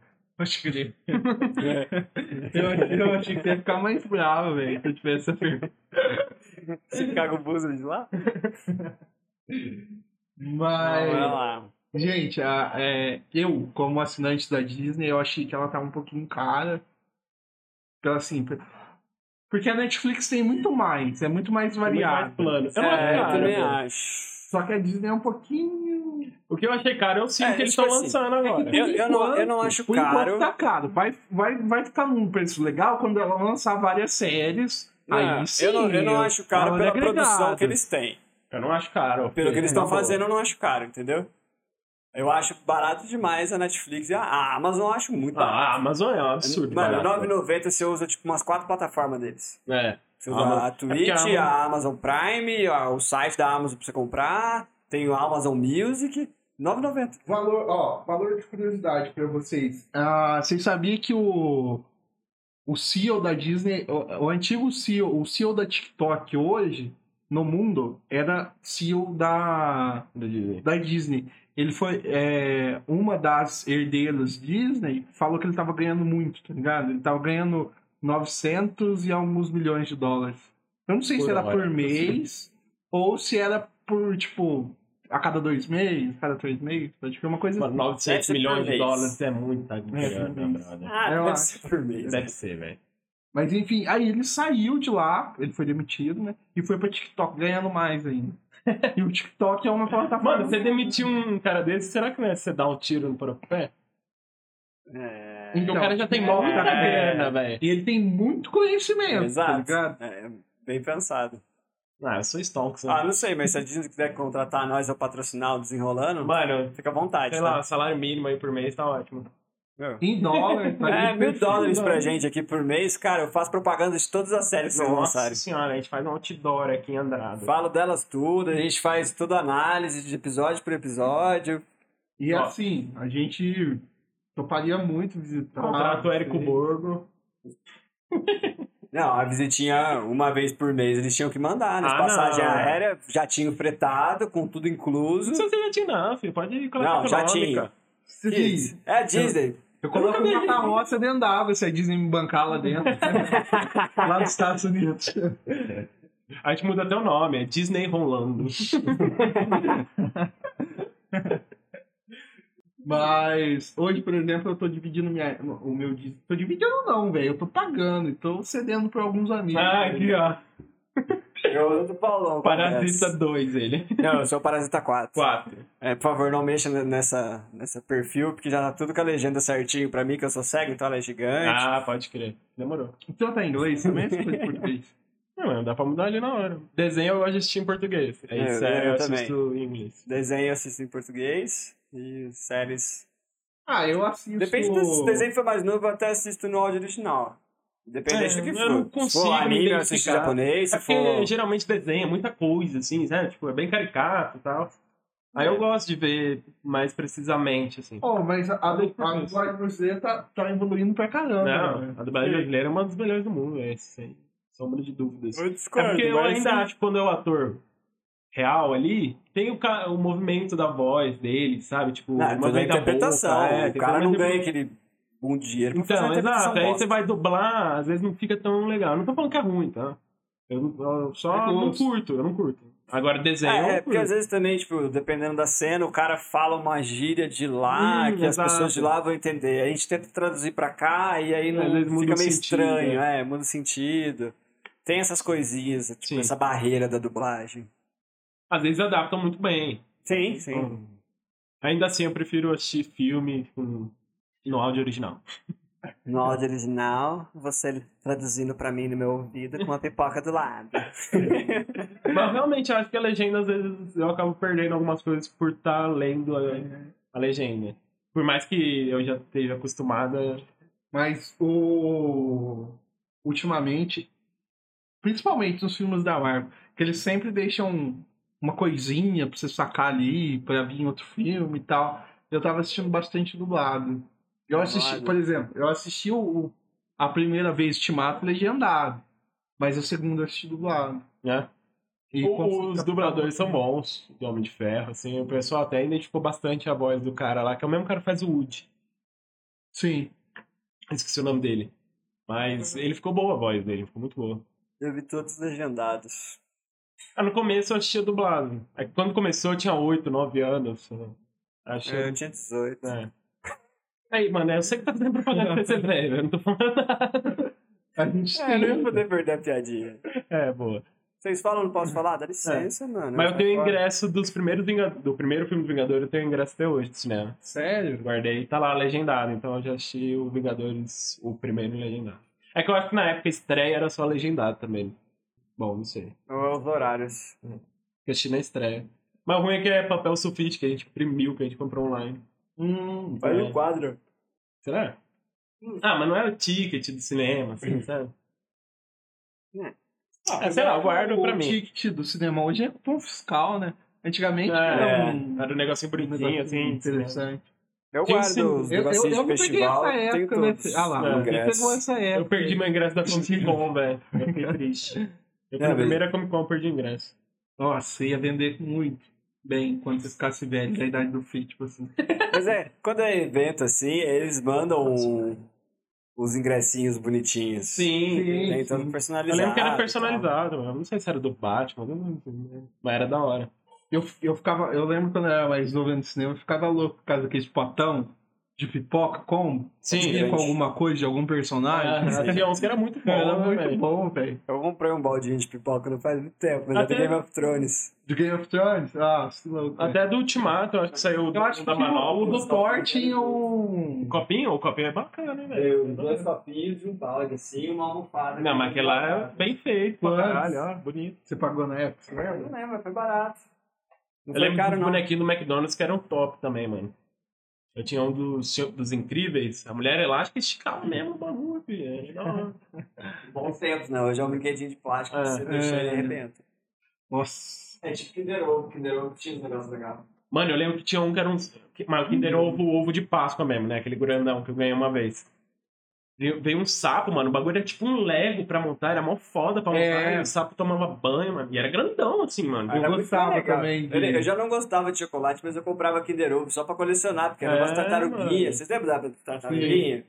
[laughs] Pode crer. É. eu, achei- eu achei que você ia ficar mais bravo, velho, se eu tivesse essa pergunta. Chicago Bulls de lá? Vai Mas. lá. Gente, a- é, eu, como assinante da Disney, eu achei que ela tava um pouquinho cara. Pela assim, por- porque a Netflix tem muito mais, é muito mais variado. plano. Eu não acho É, eu caro, também pô. acho. Só que a Disney é um pouquinho. O que eu achei caro é o cinco É, que eles tipo estão assim, lançando agora. Eu- eu não- eu não Enquanto- acho por enquanto caro. tá caro. Vai, vai, vai ficar num preço legal quando ela lançar várias séries. Não, aí sim, Ah, é eu, não, eu não acho caro valor pela agregado. produção que eles têm. Eu não acho caro. Pelo que eles É, estão na boa. fazendo, eu não acho caro, entendeu? Eu acho barato demais a Netflix e a- a Amazon eu acho muito barato. Ah, a Amazon é um absurdo. Mano, barato. 9,90 você usa tipo umas quatro plataformas deles. É. Você usa Amazon- a Twitch, É porque a a Amazon Prime, a- o site da Amazon pra você comprar, tem o Amazon Music, 9,90. Valor, ó, valor de curiosidade pra vocês. Ah, vocês sabiam que o o CEO da Disney, o, o antigo CEO, o CEO da TikTok hoje no mundo era CEO da da Disney. da Disney. Ele foi é, uma das herdeiras Disney, falou que ele tava ganhando muito, tá ligado? Ele tava ganhando 900 e alguns milhões de dólares. Eu não sei Por se era hora, por assim. mês ou se era por, tipo, a cada dois meses, cada três meses, acho que é uma coisa Mano, 900 Deve ser milhões por de mês. dólares é muito, tá? É, por mês. Ah, Eu deve acho. ser por mês. Deve ser, velho. Mas enfim, aí ele saiu de lá, ele foi demitido, né? E foi pra TikTok ganhando mais ainda. e o TikTok é uma plataforma. Mano, você demitir um cara desse, será que não é você dar um tiro no próprio pé? É, Porque o cara já tem é, mó muita é. grana, velho. E ele tem muito conhecimento. Tá Exato. ligado? É, bem pensado. Ah, eu sou stonks, né? Ah, não sei, mas se a Disney quiser contratar nós ou patrocinar o Desenrolando, Ah, Mano, fica à vontade. sei tá? lá, salário mínimo aí por mês tá ótimo. Meu. Em dólar, tá É, ligado? mil dólares pra Dólar. gente aqui por mês, cara, eu faço propaganda de todas as séries que vocês Nossa lançarem. senhora, a gente faz um outdoor aqui em Andrado. Falo delas tudo, a gente faz toda a análise de episódio por episódio. E Ó. assim, a gente toparia muito visitar. Contrato o Érico Borgo. Não, a visitinha uma vez por mês eles tinham que mandar, né? Ah, Passagem não. aérea, jatinho fretado, com tudo incluso. Não precisa ser jatinho, não, filho. Pode colocar Não, jatinho. econômica. Sim, É a Disney. eu coloco nunca uma vi. carroça dentro da água se a Disney me bancar lá dentro. né? [laughs] lá nos Estados Unidos. A gente muda até o nome, é Disney Rolando. [laughs] Mas hoje, por exemplo, eu tô dividindo minha, o meu disco. Tô dividindo não, velho. Eu tô pagando e tô cedendo pra alguns amigos. ah, velho. aqui, ó. Eu do Paulão. Parasita é confesso. 2, ele. Não, eu sou o Parasita 4. 4. É, por favor, não mexa nessa, nessa perfil, porque já tá tudo com a legenda certinho pra mim, que eu sou cego, então ela é gigante. Ah, pode crer. Demorou. Então tá em inglês também? Você foi em português? Não, mas dá pra mudar ali na hora. Desenho eu assisti em português. É Eu- isso, é, eu eu assisto em inglês. Desenho eu assisto em português e séries Ah, eu assisto. Depende do se o desenho for mais novo, eu até assisto no áudio original. Dependente É, do que eu for. não se for consigo me anime, eu assisto identificar. japonês, É se porque for... geralmente desenha muita coisa, assim, sabe? Tipo, é bem caricato e tal. Aí É. eu gosto de ver mais precisamente, assim. Oh, mas a, a, do- a dublagem brasileira tá, tá evoluindo pra Ah, caramba. né? Não, a dublagem brasileira é uma das melhores do mundo, é sem sombra de dúvidas. Eu É discordo, porque eu mas- ainda acho que quando é o ator real ali, tem o, ca- o movimento da voz dele, sabe? Tipo, Não, o é tudo a movimento da interpretação. boca, é, o tem cara toda não uma ganha aquele bom dinheiro pra fazer Então, uma interpretação exato. Aí bosta. você vai dublar, às vezes não fica tão legal. Eu não tô falando que é ruim, tá? Eu, não- eu só É não gosto. curto, eu não curto. Agora desenho, É, eu é, porque curto. às vezes também, tipo, dependendo da cena, o cara fala uma gíria de lá, Hum, que as exato. É, pessoas de lá vão entender. A gente tenta traduzir pra cá e aí não, Às vezes muda fica o meio sentido, estranho, é. muda o sentido. Tem essas coisinhas, tipo, Sim. essa barreira da dublagem. Às vezes adaptam muito bem. Sim, sim. Então, ainda assim, eu prefiro assistir filme com- no áudio original. No áudio original, você traduzindo pra mim no meu ouvido com uma pipoca do lado. Mas realmente eu acho que a legenda, às vezes, eu acabo perdendo algumas coisas por estar lendo a, a legenda. Por mais que eu já esteja acostumada. Mas o. Ultimamente, principalmente nos filmes da Marvel, que eles sempre deixam uma coisinha pra você sacar ali, pra vir em outro filme e tal. Eu tava assistindo bastante dublado. Eu assisti, Dublado. por exemplo, eu assisti o, o- a primeira vez Ultimato legendado, mas a segunda eu assisti dublado. Né? E O- quando os fica- dubladores são bons, do Homem de Ferro, assim. O pessoal até identificou bastante a voz do cara lá, que é o mesmo cara que faz o Woody. Sim. Esqueci o nome dele. Mas ele ficou boa a voz dele, ficou muito boa. Eu vi todos legendados. Ah, no começo eu assistia dublado. Aí quando começou eu tinha 8, 9 anos. né? Achei. Eu tinha 18. É. Aí, mano, eu sei que tá fazendo [laughs] propaganda pra você velho, eu não tô falando nada. A gente É, não ia tem. poder perder a piadinha. É, boa. Vocês falam, não posso falar? Dá licença, mano. É. Mas eu tenho Agora- ingresso dos primeiros Vinga- do primeiro filme do Vingador, eu tenho ingresso até hoje do cinema. Sério? Guardei, tá lá legendado, então eu já assisti o Vingadores, o primeiro legendado. É que eu acho que na época a estreia era só legendado também. Bom, não sei. Não é os horários. Eu assisti na estreia. Mas o ruim é que é papel sulfite que a gente imprimiu, que a gente comprou online. Hum, Vai É. o quadro. Será? Ah, mas não é o ticket do cinema, assim, sabe? Ah, sei lá, eu guardo pra o mim. ticket do cinema hoje é cupom fiscal, né? Antigamente É, era um, era um negocinho bonitinho, negócio assim. interessante. Eu Tinha guardo sim. os Eu, eu, negocinhos eu de não peguei festival. essa tenho época, né? todos Ah lá, no É. você ingresso. [laughs] pegou essa época. Eu perdi meu ingresso da [laughs] Comic Con, velho. Eu fiquei É triste. Eu fui É, na mas- primeira Comic Con, eu perdi ingresso. Nossa, ia vender muito bem quando você ficasse velho, da idade do Free, tipo assim. Mas é, quando é evento assim, eles mandam um- os ingressinhos bonitinhos. Sim. Tem todo Eu personalizado. lembro que era e personalizado, mano. Eu Não sei se era do Batman, eu não lembro. né? mas era da hora. Eu, eu ficava, eu lembro quando eu era mais novo no cinema, eu ficava louco por causa daqueles potão de pipoca, combo, Sim, vinha com grande. alguma coisa de algum personagem. Ah, Tinha uns que era muito bom, Era né, muito velho? bom, velho. tal. Eu comprei um baldinho de pipoca não faz muito tempo, mas Até- é do Game of Thrones. Do Game of Thrones? Ah, que louco. velho. Até do Ultimato, eu acho que saiu Eu acho que da o, o Manopla. do Thor tinha um. O copinho? O copinho é bacana, né, velho? copinhos, um balde assim e uma almofada. Não, mas aquele lá é bem feito pra Quantos? caralho, ó, bonito. né? Você pagou na época, você lembra? Não lembro, mas foi barato. Não Eu foi lembro caro, dos não. bonequinhos do McDonald's que eram top também, mano. Eu tinha um dos, dos incríveis, a mulher elástica esticava mesmo o bagulho, filho. Era da [laughs] hora. Bons tempos, não. Hoje é um brinquedinho de plástico que É, você deixa é. ele arrebenta. Nossa. É tipo Kinder Ovo. Kinder Ovo tinha os negócios legal. Mano, eu lembro que tinha um que era um. que- Mas o Kinder Ovo, ovo de Páscoa mesmo, né? Aquele grandão que eu ganhei uma vez. Veio, veio um sapo, mano. O bagulho era tipo um Lego pra montar, era mó foda pra montar. É. E o sapo tomava banho, mano. E era grandão, assim, mano. Ah, Era muito gostava mais legal. também de- Eu, eu já não gostava de chocolate, mas eu comprava Kinder Ovo só pra colecionar, porque era É, umas tartaruguinha. mano. Vocês lembram da tartaruguinha?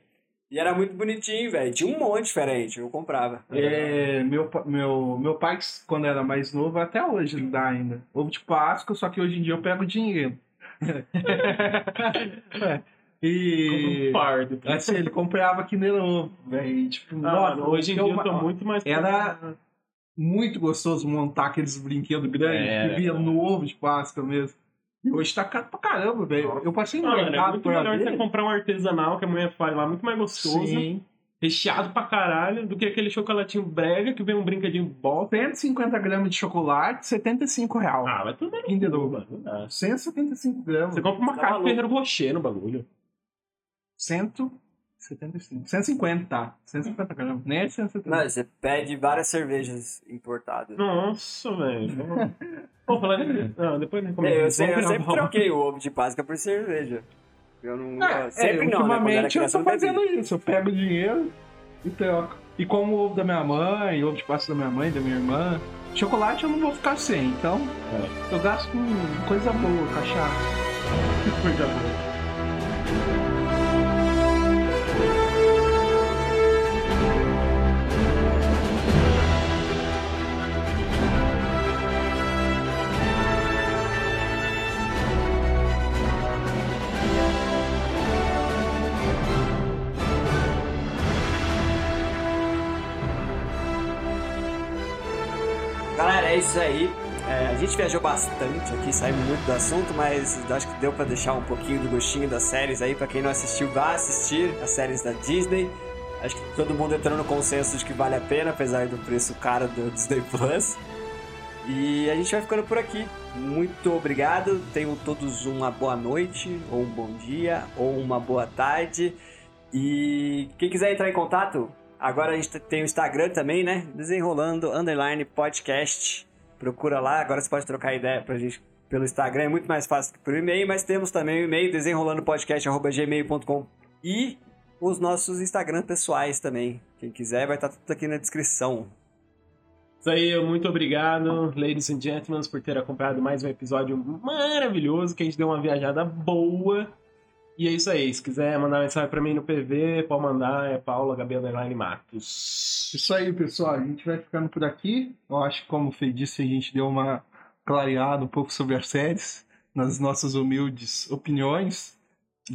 E era muito bonitinho, velho. Tinha um monte diferente, eu comprava. É, meu, pa- meu, meu pai, quando era mais novo, até hoje ele dá ainda. Ovo de Páscoa, só que hoje em dia eu pego [laughs] dinheiro. É. Um e. fardo. Assim, ele comprava Kinder Ovo, velho. Tipo, Ah, nossa, mano, hoje em dia eu tô ó, muito mais. Ah, Era um muito gostoso montar aqueles brinquedos grandes Era, que vinha cara. no ovo de Páscoa mesmo. E hoje tá caro pra caramba, velho. Eu passei no Ah, mano, é mercado muito pra melhor ver. você comprar um artesanal que a mulher faz lá, muito mais gostoso, Sim. recheado pra caralho, do que aquele chocolatinho brega que vem um brincadinho bosta. 150 gramas de chocolate, R$ 75 real. Ah, vai tudo bem. Kinder Ovo. mano, não dá. 175 gramas. Você compra uma Tá caixa de maluco. Ferreiro Rocher no bagulho. 175. 150. 150 caramba. Nem é 170. Mano, você pede várias cervejas importadas. Nossa, [laughs] velho. Vou falar nisso. Não, depois nem É, comenta. eu, sei- eu Vamos sempre gravar um- troquei o ovo de Páscoa por cerveja. Eu não. É, sempre é, não, né? Quando era ultimamente eu criança, tô não bebia. fazendo isso. Eu pego dinheiro e troco. E como ovo da minha mãe, ovo de pasta da minha mãe, da minha irmã. Chocolate eu não vou ficar sem, então eu gasto com coisa boa, cachaça. coisa boa. Galera, é isso aí. É, a gente viajou bastante aqui, saiu muito do assunto, mas acho que deu pra deixar um pouquinho do gostinho das séries aí. Pra quem não assistiu, vá assistir as séries da Disney. Acho que todo mundo entrou no consenso de que vale a pena, apesar do preço caro do [laughs] Disney Plus. E a gente vai ficando por aqui. Muito obrigado. Tenham todos uma boa noite, ou um bom dia, ou uma boa tarde. E quem quiser entrar em contato, Agora a gente tem o Instagram também, né? Desenrolando underline podcast. Procura lá, agora você pode trocar ideia pra gente pelo Instagram, é muito mais fácil que pelo e-mail, mas temos também o e-mail desenrolandopodcast@gmail.com e os nossos Instagram pessoais também. Quem quiser vai estar tudo aqui na descrição. Isso aí, muito obrigado, ladies and gentlemen, por ter acompanhado mais um episódio maravilhoso, que a gente deu uma viajada boa. E é isso aí, se quiser mandar mensagem pra mim no PV, pode mandar, é Paula Gabi Underline Matos. Isso aí, pessoal. A gente vai ficando por aqui. Eu acho que, como o Fê disse, a gente deu uma clareada um pouco sobre as séries, nas nossas humildes opiniões.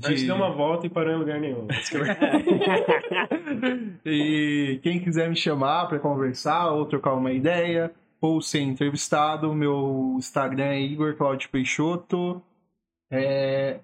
A gente deu uma volta e parou em lugar nenhum. E quem quiser me chamar para conversar ou trocar uma ideia ou ser entrevistado, meu Instagram é Igor Claudio Peixoto. É,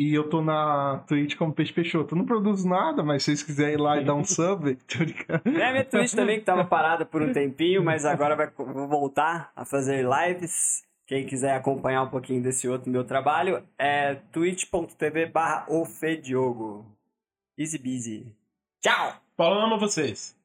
E eu tô na Twitch como Peixe Peixoto. Eu não produzo nada, mas se vocês quiserem ir lá e dar um sub, tô brincando. É a minha Twitch também que tava parada por um tempinho, mas agora vai vou voltar a fazer lives. Quem quiser acompanhar um pouquinho desse outro meu trabalho é twitch.tv barra ofediogo. Easy busy. Tchau! Paulo ama vocês.